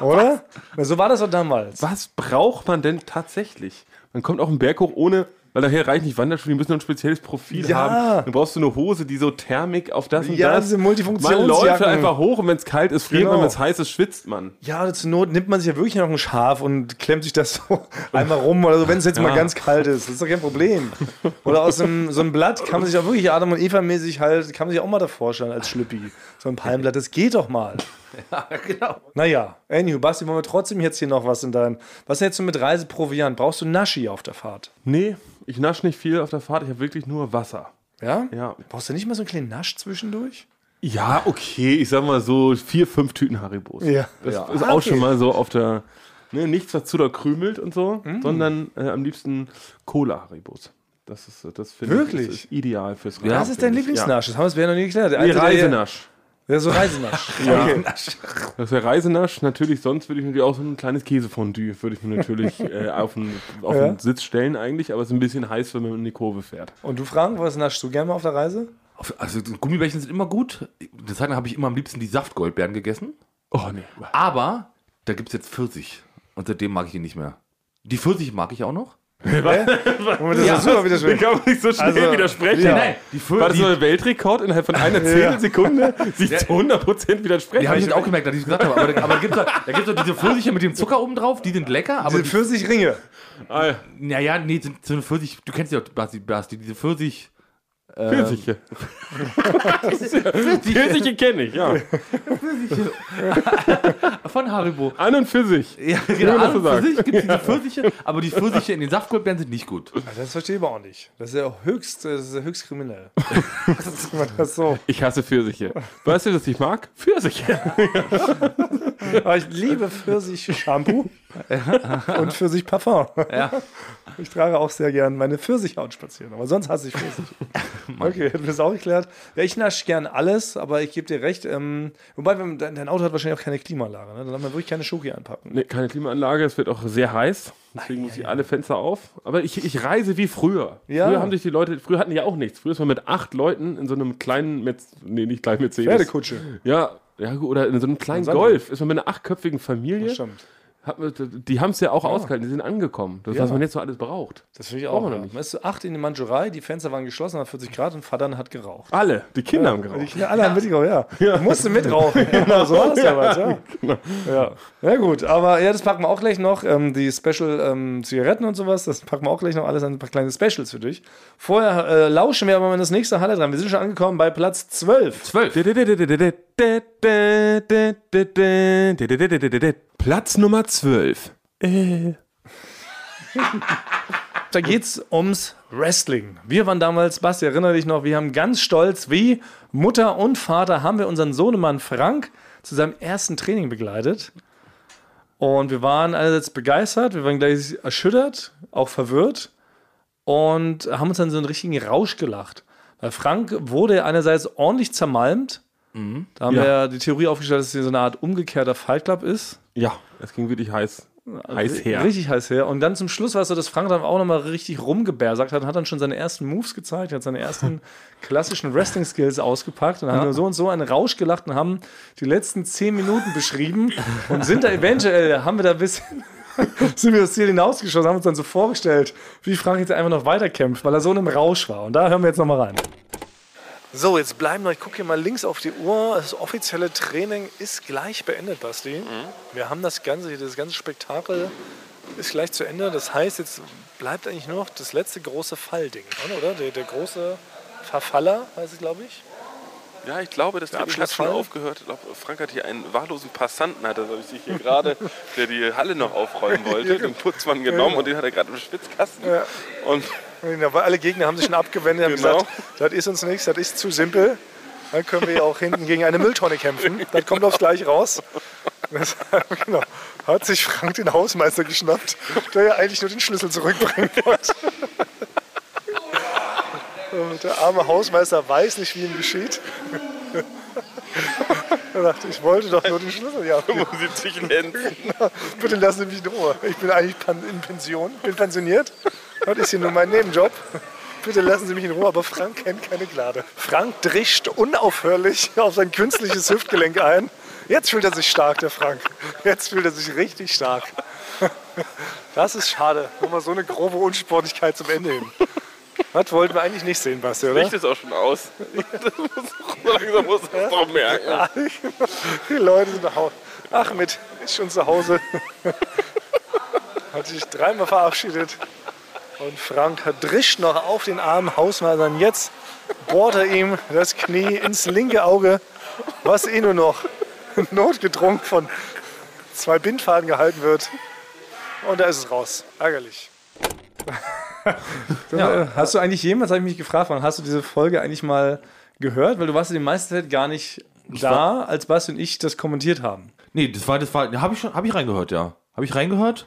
Oder? Na, so war das doch damals. Was braucht man denn tatsächlich? Man kommt auch einen Berg hoch ohne, weil nachher reicht nicht Wanderschuhe, die müssen noch ein spezielles Profil Ja. haben. Dann brauchst du eine Hose, die so Thermik auf das und Ja, das. diese Multifunktionsjacken. Man läuft halt einfach hoch und wenn es kalt ist, friert man, Genau. wenn es heiß ist, schwitzt man. Ja, oder zur Not nimmt man sich ja wirklich noch ein Schaf und klemmt sich das so einmal rum oder so, wenn es jetzt mal ganz kalt ist. Das ist doch kein Problem. Oder aus einem, so einem Blatt kann man sich auch wirklich Adam und Eva-mäßig halt, kann man sich auch mal davor stellen als Schlüppi. So ein Palmblatt, das geht doch mal. Ja, genau. Naja, anywho, Basti, wollen wir trotzdem jetzt hier noch was in deinem. Was ist denn jetzt so mit Reiseproviant? Brauchst du Naschi auf der Fahrt? Nee, ich nasche nicht viel auf der Fahrt, ich habe wirklich nur Wasser. Ja? Ja. Brauchst du nicht mal so einen kleinen Nasch zwischendurch? Ja, okay, ich sag mal so vier, fünf Tüten Haribos. Ja. Das Ja. ist Ah, auch okay. schon mal so auf der. Ne, nichts, was zu da krümelt und so, Mm. sondern äh, am liebsten Cola-Haribos. Das ist, äh, das finde Wirklich? ich, das ist ideal fürs Reisen. das ist dein Lieblingsnasch. Das haben wir uns bisher noch nie geklärt. Der Ja. Nee, alte, Also der- Reisenasch. Ja, so Reisenasch. Okay. Das wäre Also Reisenasch. Natürlich, sonst würde ich mir auch so ein kleines Käsefondue, würde ich mir natürlich äh, auf den auf Ja. den Sitz stellen eigentlich, aber es ist ein bisschen heiß, wenn man in die Kurve fährt. Und du, Frank, was naschst du gerne mal auf der Reise? Auf- Also Gummibärchen sind immer gut. Eine Zeit lang habe ich immer am liebsten die Saftgoldbeeren gegessen. Oh nee. Aber da gibt es jetzt Pfirsich. Und seitdem mag ich die nicht mehr. Die Pfirsich mag ich auch noch. Moment, das ja, ist super widerschwingend. Kann man nicht so schnell Also, widersprechen. ja. Nein, die Pfirsich. War das so ein Weltrekord innerhalb von einer Zehntelsekunde, sich zu 100% widersprechen? Die habe ich jetzt auch gemerkt, dass ich es gesagt habe. Aber da, aber da gibt es doch, da gibt's doch diese Pfirsiche mit dem Zucker oben drauf, die sind lecker. Aber Diese die, Pfirsichringe. Ah, ja. naja, nee, sind, sind Pfirsich, du kennst ja auch Basti, Basti diese Pfirsich. Pfirsiche. Pfirsiche kenne ich, ja. Von Haribo. An und für sich. Ja, genau. das An und für gesagt. sich gibt es diese Pfirsiche, aber die Pfirsiche in den Saftgoldbeeren sind nicht gut. Ah, Das verstehe ich aber auch nicht. Das ist ja auch höchst, das ist ja höchst kriminell. das ist so. Ich hasse Pfirsiche. Weißt du, was ich mag? Pfirsiche. Aber ich liebe Pfirsich-Shampoo und Pfirsich-Parfum. Ja. Ich trage auch sehr gern meine Pfirsichhaut spazieren, aber sonst hasse ich Pfirsich. okay, hätten wir das auch geklärt. Ja, ich nasche gern alles, aber ich gebe dir recht. Ähm, wobei, wenn, dein dein Auto hat wahrscheinlich auch keine Klimaanlage. Ne? Dann darf man wirklich keine Schoki anpacken. Nee, keine Klimaanlage, es wird auch sehr heiß. Deswegen muss ich alle Fenster auf. Aber ich, ich reise wie früher. Ja. Früher haben sich die Leute, früher hatten die auch nichts. Früher ist man mit acht Leuten in so einem kleinen, Metz, nee, nicht kleinen Mercedes. Pferdekutsche. Ja, ja, gut, oder in so einem kleinen Sandro. Golf. Ist man mit einer achtköpfigen Familie. Stimmt. Hat man, die haben es ja auch ausgehalten, die sind angekommen. Das, was man jetzt so alles braucht. Das finde ich auch. Brauchen wir ja. nicht. Man ist zu acht in die Mandschurei, die Fenster waren geschlossen, hat 40 Grad und Vater hat geraucht. Alle, die Kinder haben geraucht. Die Kinder alle haben mitgeraucht, ja. ja. Musste mitrauchen. Genau, so war das damals, ja. ja. Ja, gut, aber ja, das packen wir auch gleich noch. Ähm, die Special-Zigaretten und sowas, das packen wir auch gleich noch alles an ein paar kleine Specials für dich. Vorher äh, lauschen wir aber mal in das nächste Halle dran. Wir sind schon angekommen bei Platz 12. Zwölf. Platz Nummer 12. Äh. Da geht's ums Wrestling. Wir waren damals, Basti, erinnere dich noch, wir haben ganz stolz, wie Mutter und Vater, haben wir unseren Sohnemann Frank zu seinem ersten Training begleitet. Und wir waren einerseits begeistert, wir waren gleich erschüttert, auch verwirrt und haben uns dann so einen richtigen Rausch gelacht. Weil Frank wurde einerseits ordentlich zermalmt. Da haben wir die Theorie aufgestellt, dass es hier so eine Art umgekehrter Fight Club ist. Ja, es ging wirklich heiß. Heiß her. also Richtig heiß her. Und dann zum Schluss war es so, dass Frank dann auch nochmal richtig rumgebärsagt hat und hat dann schon seine ersten Moves gezeigt, hat seine ersten klassischen Wrestling-Skills ausgepackt und haben nur so und so einen Rausch gelacht und haben die letzten zehn Minuten beschrieben und sind da eventuell, haben wir da ein bisschen. Sind wir das Ziel hinausgeschossen, haben uns dann so vorgestellt, wie Frank jetzt einfach noch weiterkämpft, weil er so in einem Rausch war. Und da hören wir jetzt nochmal rein. So, jetzt bleiben wir. Ich gucke hier mal links auf die Uhr. Das offizielle Training ist gleich beendet, Basti. Wir haben das Ganze, hier, das ganze Spektakel ist gleich zu Ende. Das heißt, jetzt bleibt eigentlich nur noch das letzte große Fallding, oder? Der, der große Verfaller, heißt es, glaube ich. Ja, ich glaube, das Training hat schon aufgehört. Ich glaube, Frank hat hier einen wahllosen Passanten, hat er glaube ich, sich hier gerade, der die Halle noch aufräumen wollte, den Putzmann genommen und den hat er gerade im Schwitzkasten. Und Da war- Genau, Alle Gegner haben sich schon abgewendet und Genau. gesagt, das ist uns nichts, das ist zu simpel. Dann können wir auch hinten gegen eine Mülltonne kämpfen. Das kommt aufs Gleiche raus. Das, genau. Hat sich Frank den Hausmeister geschnappt, der ja eigentlich nur den Schlüssel zurückbringen wollte. Und der arme Hausmeister weiß nicht, wie ihm geschieht. Er dachte, ich wollte doch nur den Schlüssel. Ja, 75 Lenzen. bitte lassen Sie mich in Ruhe. Ich bin eigentlich pan- in Pension, bin pensioniert. Das ist hier nur mein Nebenjob. Bitte lassen Sie mich in Ruhe, aber Frank kennt keine Gnade. Frank drischt unaufhörlich auf sein künstliches Hüftgelenk ein. Jetzt fühlt er sich stark, der Frank. Jetzt fühlt er sich richtig stark. Das ist schade, wenn man so eine grobe Unsportlichkeit zum Ende hin. Das wollten wir eigentlich nicht sehen, Basti, oder? Licht ist auch schon aus. Das muss, so langsam muss man es doch merken. Die Leute sind nach Hause. Ahmed ist schon zu Hause. Hat sich dreimal verabschiedet. Und Frank drischt noch auf den armen Hausmeister. Und Jetzt bohrt er ihm das Knie ins linke Auge, was eh nur noch notgedrungen von zwei Bindfaden gehalten wird. Und da ist es raus. Ärgerlich. Hast du eigentlich jemals, habe ich mich gefragt, wann hast du diese Folge eigentlich mal gehört? Weil du warst in den meisten Zeit gar nicht da, als Basti und ich das kommentiert haben. Nee, das war, das war, habe ich schon, habe ich reingehört, ja. Habe ich reingehört.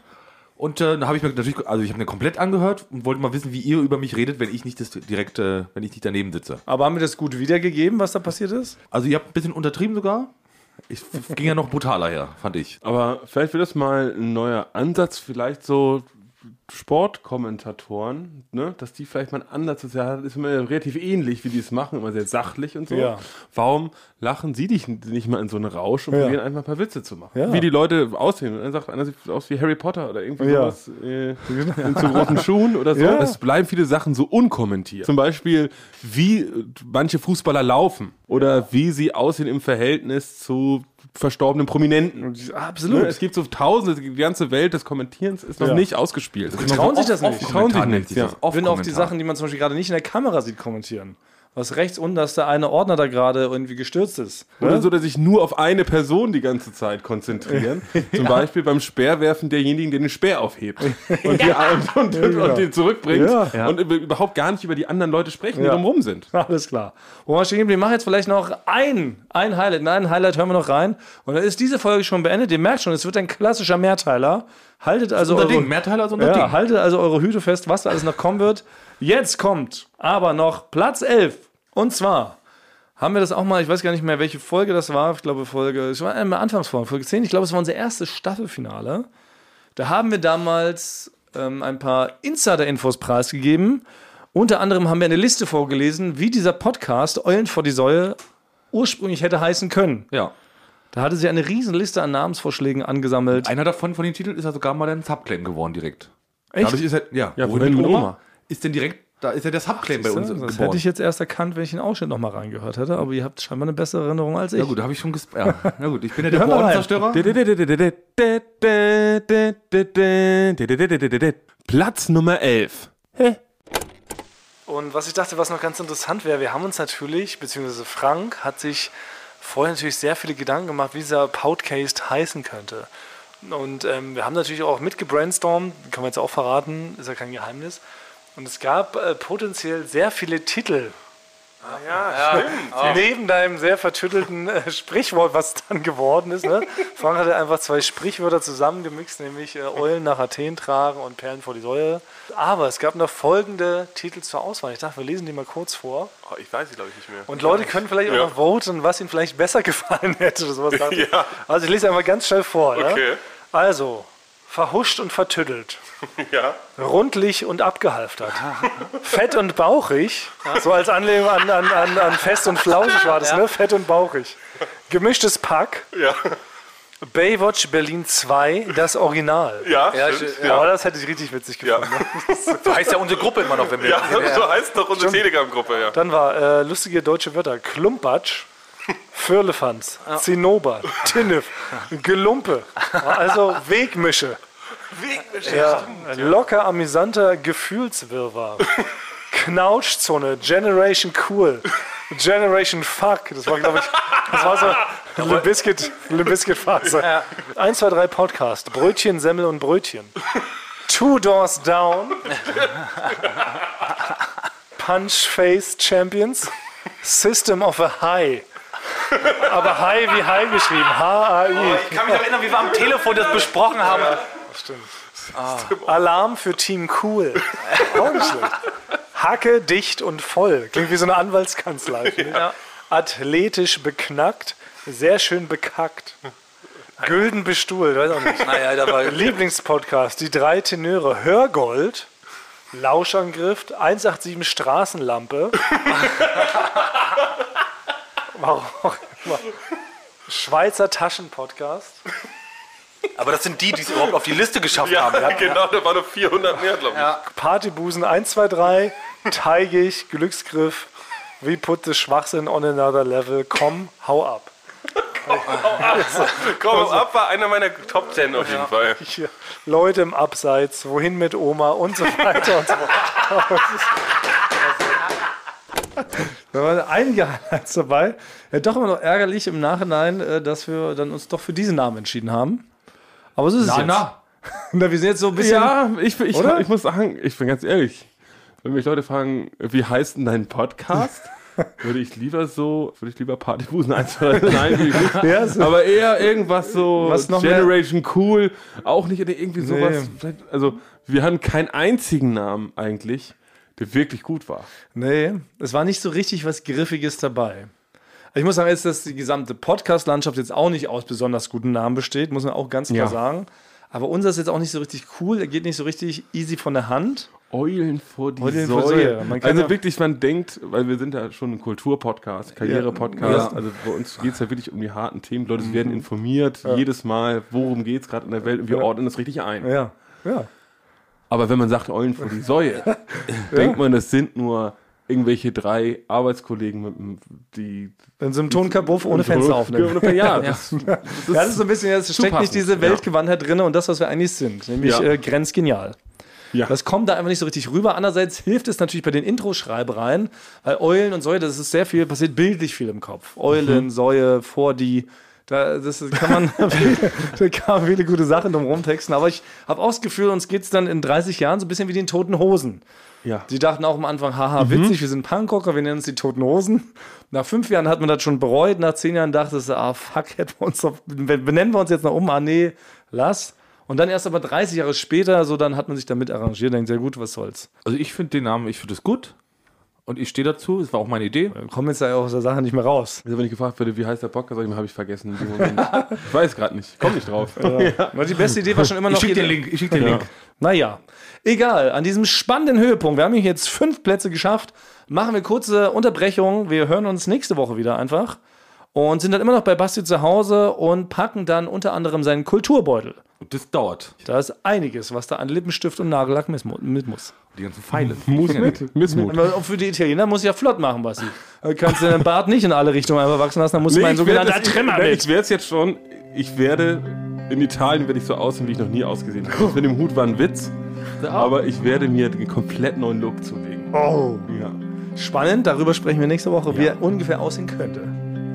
Und äh, da habe ich mir natürlich, also ich habe mir komplett angehört und wollte mal wissen, wie ihr über mich redet, wenn ich nicht das direkt, äh, wenn ich nicht daneben sitze. Aber haben wir das gut wiedergegeben, was da passiert ist? Also ihr habt ein bisschen untertrieben sogar. Ich f- ging ja noch brutaler her, fand ich. Aber vielleicht wird das mal ein neuer Ansatz, vielleicht so Sportkommentatoren, ne? dass die vielleicht mal einen Ansatz ist. Ja, das ist immer relativ ähnlich, wie die es machen, immer sehr sachlich und so. Ja. Warum lachen sie dich nicht mal in so einen Rausch und Ja. probieren einfach ein paar Witze zu machen? Ja. Wie die Leute aussehen. Und dann sagt einer, sieht aus wie Harry Potter oder irgendwie Ja. sowas. Äh, in zu roten Schuhen oder so. Ja. Es bleiben viele Sachen so unkommentiert. Zum Beispiel, wie äh, manche Fußballer laufen oder wie sie aussehen im Verhältnis zu verstorbenen Prominenten. Absolut. Ne, Es gibt so tausende, die ganze Welt des Kommentierens ist noch nicht ausgespielt. Die trauen sich das nicht. Die trauen sich Kommentar nennt nichts, sich ja. das. Off- würden auch die Kommentar. Sachen, die man zum Beispiel gerade nicht in der Kamera sieht, kommentieren. Was rechts unten, dass der eine Ordner da gerade irgendwie gestürzt ist. Oder so, dass sich nur auf eine Person die ganze Zeit konzentrieren. Zum Beispiel beim Speerwerfen derjenigen, der den Speer aufhebt und, die, und, und, und den zurückbringt Ja. und über- überhaupt gar nicht über die anderen Leute sprechen, Ja. die drumherum sind. Alles klar. Wo wir stehen geblieben, wir machen jetzt vielleicht noch ein, ein Highlight. Nein, ein Highlight hören wir noch rein. Und dann ist diese Folge schon beendet. Ihr merkt schon, es wird ein klassischer Mehrteiler. Haltet also Unser eure, Ding, Mehrteiler ist unser ja, Ding. haltet also eure Hüte fest, was da alles noch kommen wird. Jetzt kommt aber noch Platz 11. Und zwar haben wir das auch mal, ich weiß gar nicht mehr, welche Folge das war. Ich glaube, Folge, es war eine Anfangsfolge, Folge 10. Ich glaube, es war unser erstes Staffelfinale. Da haben wir damals ähm, ein paar Insider-Infos preisgegeben. Unter anderem haben wir eine Liste vorgelesen, wie dieser Podcast Eulen vor die Säue ursprünglich hätte heißen können. Ja. Da hatte sie eine riesen Liste an Namensvorschlägen angesammelt. Einer davon von den Titeln ist ja sogar mal ein Subclaim geworden direkt. Echt? Dadurch ist er, ja, Ja, Wohin wohin mit Oma? Ist denn direkt, da ist ja der Subclaim bei uns das geboren. hätte ich jetzt erst erkannt, wenn ich den Ausschnitt nochmal reingehört hätte, aber ihr habt scheinbar eine bessere Erinnerung als ich. Na gut, da habe ich schon gesp ja, Na gut, ich bin ja der Hör mal rein. Bohrenzerstörung. Platz Nummer 11. Und was ich dachte, was noch ganz interessant wäre, wir haben uns natürlich, beziehungsweise Frank hat sich vorher natürlich sehr viele Gedanken gemacht, wie dieser Podcast heißen könnte. Und ähm, wir haben natürlich auch mitgebrainstormt, kann man jetzt auch verraten, ist ja kein Geheimnis. Und es gab äh, potenziell sehr viele Titel. Oh. Neben deinem sehr vertüttelten äh, Sprichwort, was dann geworden ist. Ne? Frank hatte einfach zwei Sprichwörter zusammengemixt, nämlich äh, Eulen nach Athen tragen und Perlen vor die Säue. Aber es gab noch folgende Titel zur Auswahl. Ich dachte, wir lesen die mal kurz vor. Oh, ich weiß sie, glaube ich, nicht mehr. Und Leute können vielleicht Ja. auch noch voten, was ihnen vielleicht besser gefallen hätte oder sowas. dachte ich. Ja. Also ich lese einfach ganz schnell vor. Ja? Okay. Also, verhuscht und vertüttelt. Ja. Rundlich und abgehalftert. Fett und bauchig. So als Anlehnung an, an, an, an fest und flauschig war das, ne? Fett und bauchig. Gemischtes Pack. Ja. Baywatch Berlin 2, das Original. Ja, Ja, stimmt. ich- ja. Aber das hätte ich richtig witzig gefunden. ne? So heißt ja unsere Gruppe immer noch, wenn wir. Ja, so heißt doch unsere Telegram-Gruppe, ja. Dann war äh, lustige deutsche Wörter. Klumpatsch, Firlefanz, Zinnober, Tinnef, Gelumpe. Also Wegmische. Wegmische. Ja. Locker amüsanter Gefühlswirrwarr. Knautschzone, Generation Cool. Generation Fuck. Das war, glaube ich, das war so Limbiscuit, Limbiscuit Phase. Ja. 1, 2, 3 Podcast. Brötchen, Semmel und Brötchen. Two Doors Down. Punch Face Champions. System of a High. Aber High wie High geschrieben. H-A-I. Ich kann mich noch erinnern, wie wir am Telefon das besprochen haben. Ah. Alarm für Team Cool. Auch nicht schlecht. Hacke dicht und voll. Klingt wie so eine Anwaltskanzlei. Ja. Athletisch beknackt, sehr schön bekackt. Gülden bestuhlt, weiß auch nicht. Naja, da war Lieblingspodcast, die drei Tenöre. Hörgold, Lauschangriff, 187 Straßenlampe. Warum auch immer. Schweizer Taschenpodcast. Aber das sind die, die es überhaupt auf die Liste geschafft haben. Ja, genau, da waren noch 400 mehr, glaube ich. Partybusen 123, Teigig, Glücksgriff, We put the Schwachsinn on another level, komm, hau ab. Komm, ab war einer meiner Top 10 auf jeden Fall. Hier, Leute im Abseits, wohin mit Oma und so weiter und so fort. Da waren einige Highlights dabei. Ja, doch immer noch ärgerlich im Nachhinein, äh, dass wir dann uns doch für diesen Namen entschieden haben. Aber so ist es Na, jetzt. na. Na, wir sind jetzt so ein bisschen. Ja, ich, ich, Oder? ich muss sagen, ich bin ganz ehrlich. Wenn mich Leute fragen, wie heißt denn dein Podcast? würde ich lieber so, würde ich lieber Partybusen 1, 2, 3, nein, wie gut. Ja, so- Aber eher irgendwas so Was noch mehr- Generation Cool, auch nicht irgendwie sowas. Nee. Vielleicht- Also wir hatten keinen einzigen Namen eigentlich, der wirklich gut war. Nee, es war nicht so richtig was Griffiges dabei. Ich muss sagen, jetzt, dass die gesamte Podcast-Landschaft jetzt auch nicht aus besonders guten Namen besteht, muss man auch ganz klar Ja. sagen. Aber unser ist jetzt auch nicht so richtig cool, er geht nicht so richtig easy von der Hand. Eulen vor die Eulen Säule. vor Säule. Man kann also ja- wirklich, man denkt, weil wir sind ja schon ein Kulturpodcast, Karriere-Podcast, also bei uns geht es ja wirklich um die harten Themen. Leute Mhm. werden informiert jedes Mal, worum geht es gerade in der Welt und wir ordnen das richtig ein. Ja, ja. Aber wenn man sagt Eulen vor die Säue, denkt man, das sind nur irgendwelche drei Arbeitskollegen, mit, dem- die In so einem Tonkabuff ohne Fenster aufnehmen. Ja, das, das Ja, das ist so ein bisschen, jetzt steckt nicht Zupassend, diese ja. Weltgewandtheit drin und das, was wir eigentlich sind, nämlich Ja. äh, grenzgenial. Ja. Das kommt da einfach nicht so richtig rüber. Andererseits hilft es natürlich bei den Intro-Schreibereien, weil Eulen und Säue, das ist sehr viel, passiert bildlich viel im Kopf. Eulen, Säue, vor die. Da, das kann man, da kann man viele gute Sachen drum rumtexten. Aber ich habe auch das Gefühl, uns geht es dann in 30 Jahren so ein bisschen wie den Toten Hosen. ja. Die dachten auch am Anfang, Mhm. haha, witzig, wir sind Punkrocker, wir nennen uns die Toten Hosen. Nach fünf Jahren hat man das schon bereut, nach zehn Jahren dachte es, ah, fuck, hätten wir uns doch, benennen wir uns jetzt noch um, ah, nee, lass. Und dann erst aber 30 Jahre später, so dann hat man sich damit arrangiert, denkt, sehr gut, was soll's. Also ich finde den Namen, ich finde es gut. Und ich stehe dazu, es war auch meine Idee. Wir kommen jetzt ja aus der Sache nicht mehr raus. Also wenn ich gefragt werde, wie heißt der Podcast, sag ich mal, habe ich vergessen. in dem Moment. ich weiß gerade nicht, komm nicht drauf. Aber die beste Idee war schon immer noch. jede- Link, ich schicke den Link. Naja, egal, an diesem spannenden Höhepunkt, wir haben hier jetzt fünf Plätze geschafft, machen wir kurze Unterbrechung, wir hören uns nächste Woche wieder einfach und sind dann immer noch bei Basti zu Hause und packen dann unter anderem seinen Kulturbeutel. Das dauert. Da ist einiges, was da an Lippenstift und Nagellack mis- mit muss. Die ganzen Pfeile. Muss mit, Missmut. Aber auch für die Italiener muss ich ja flott machen, Basti. Da kannst du deinen Bart nicht in alle Richtungen einfach wachsen lassen, dann muss Nee, mein ich werde sogenannter das- Trimmer nein, mit. Ich werde es jetzt schon. Ich werde in Italien werde ich so aussehen, wie ich noch nie ausgesehen habe. Das mit dem Hut war ein Witz, aber ich werde mir den komplett neuen Look zulegen. Oh. Ja. Spannend, darüber sprechen wir nächste Woche, wie er ungefähr aussehen könnte.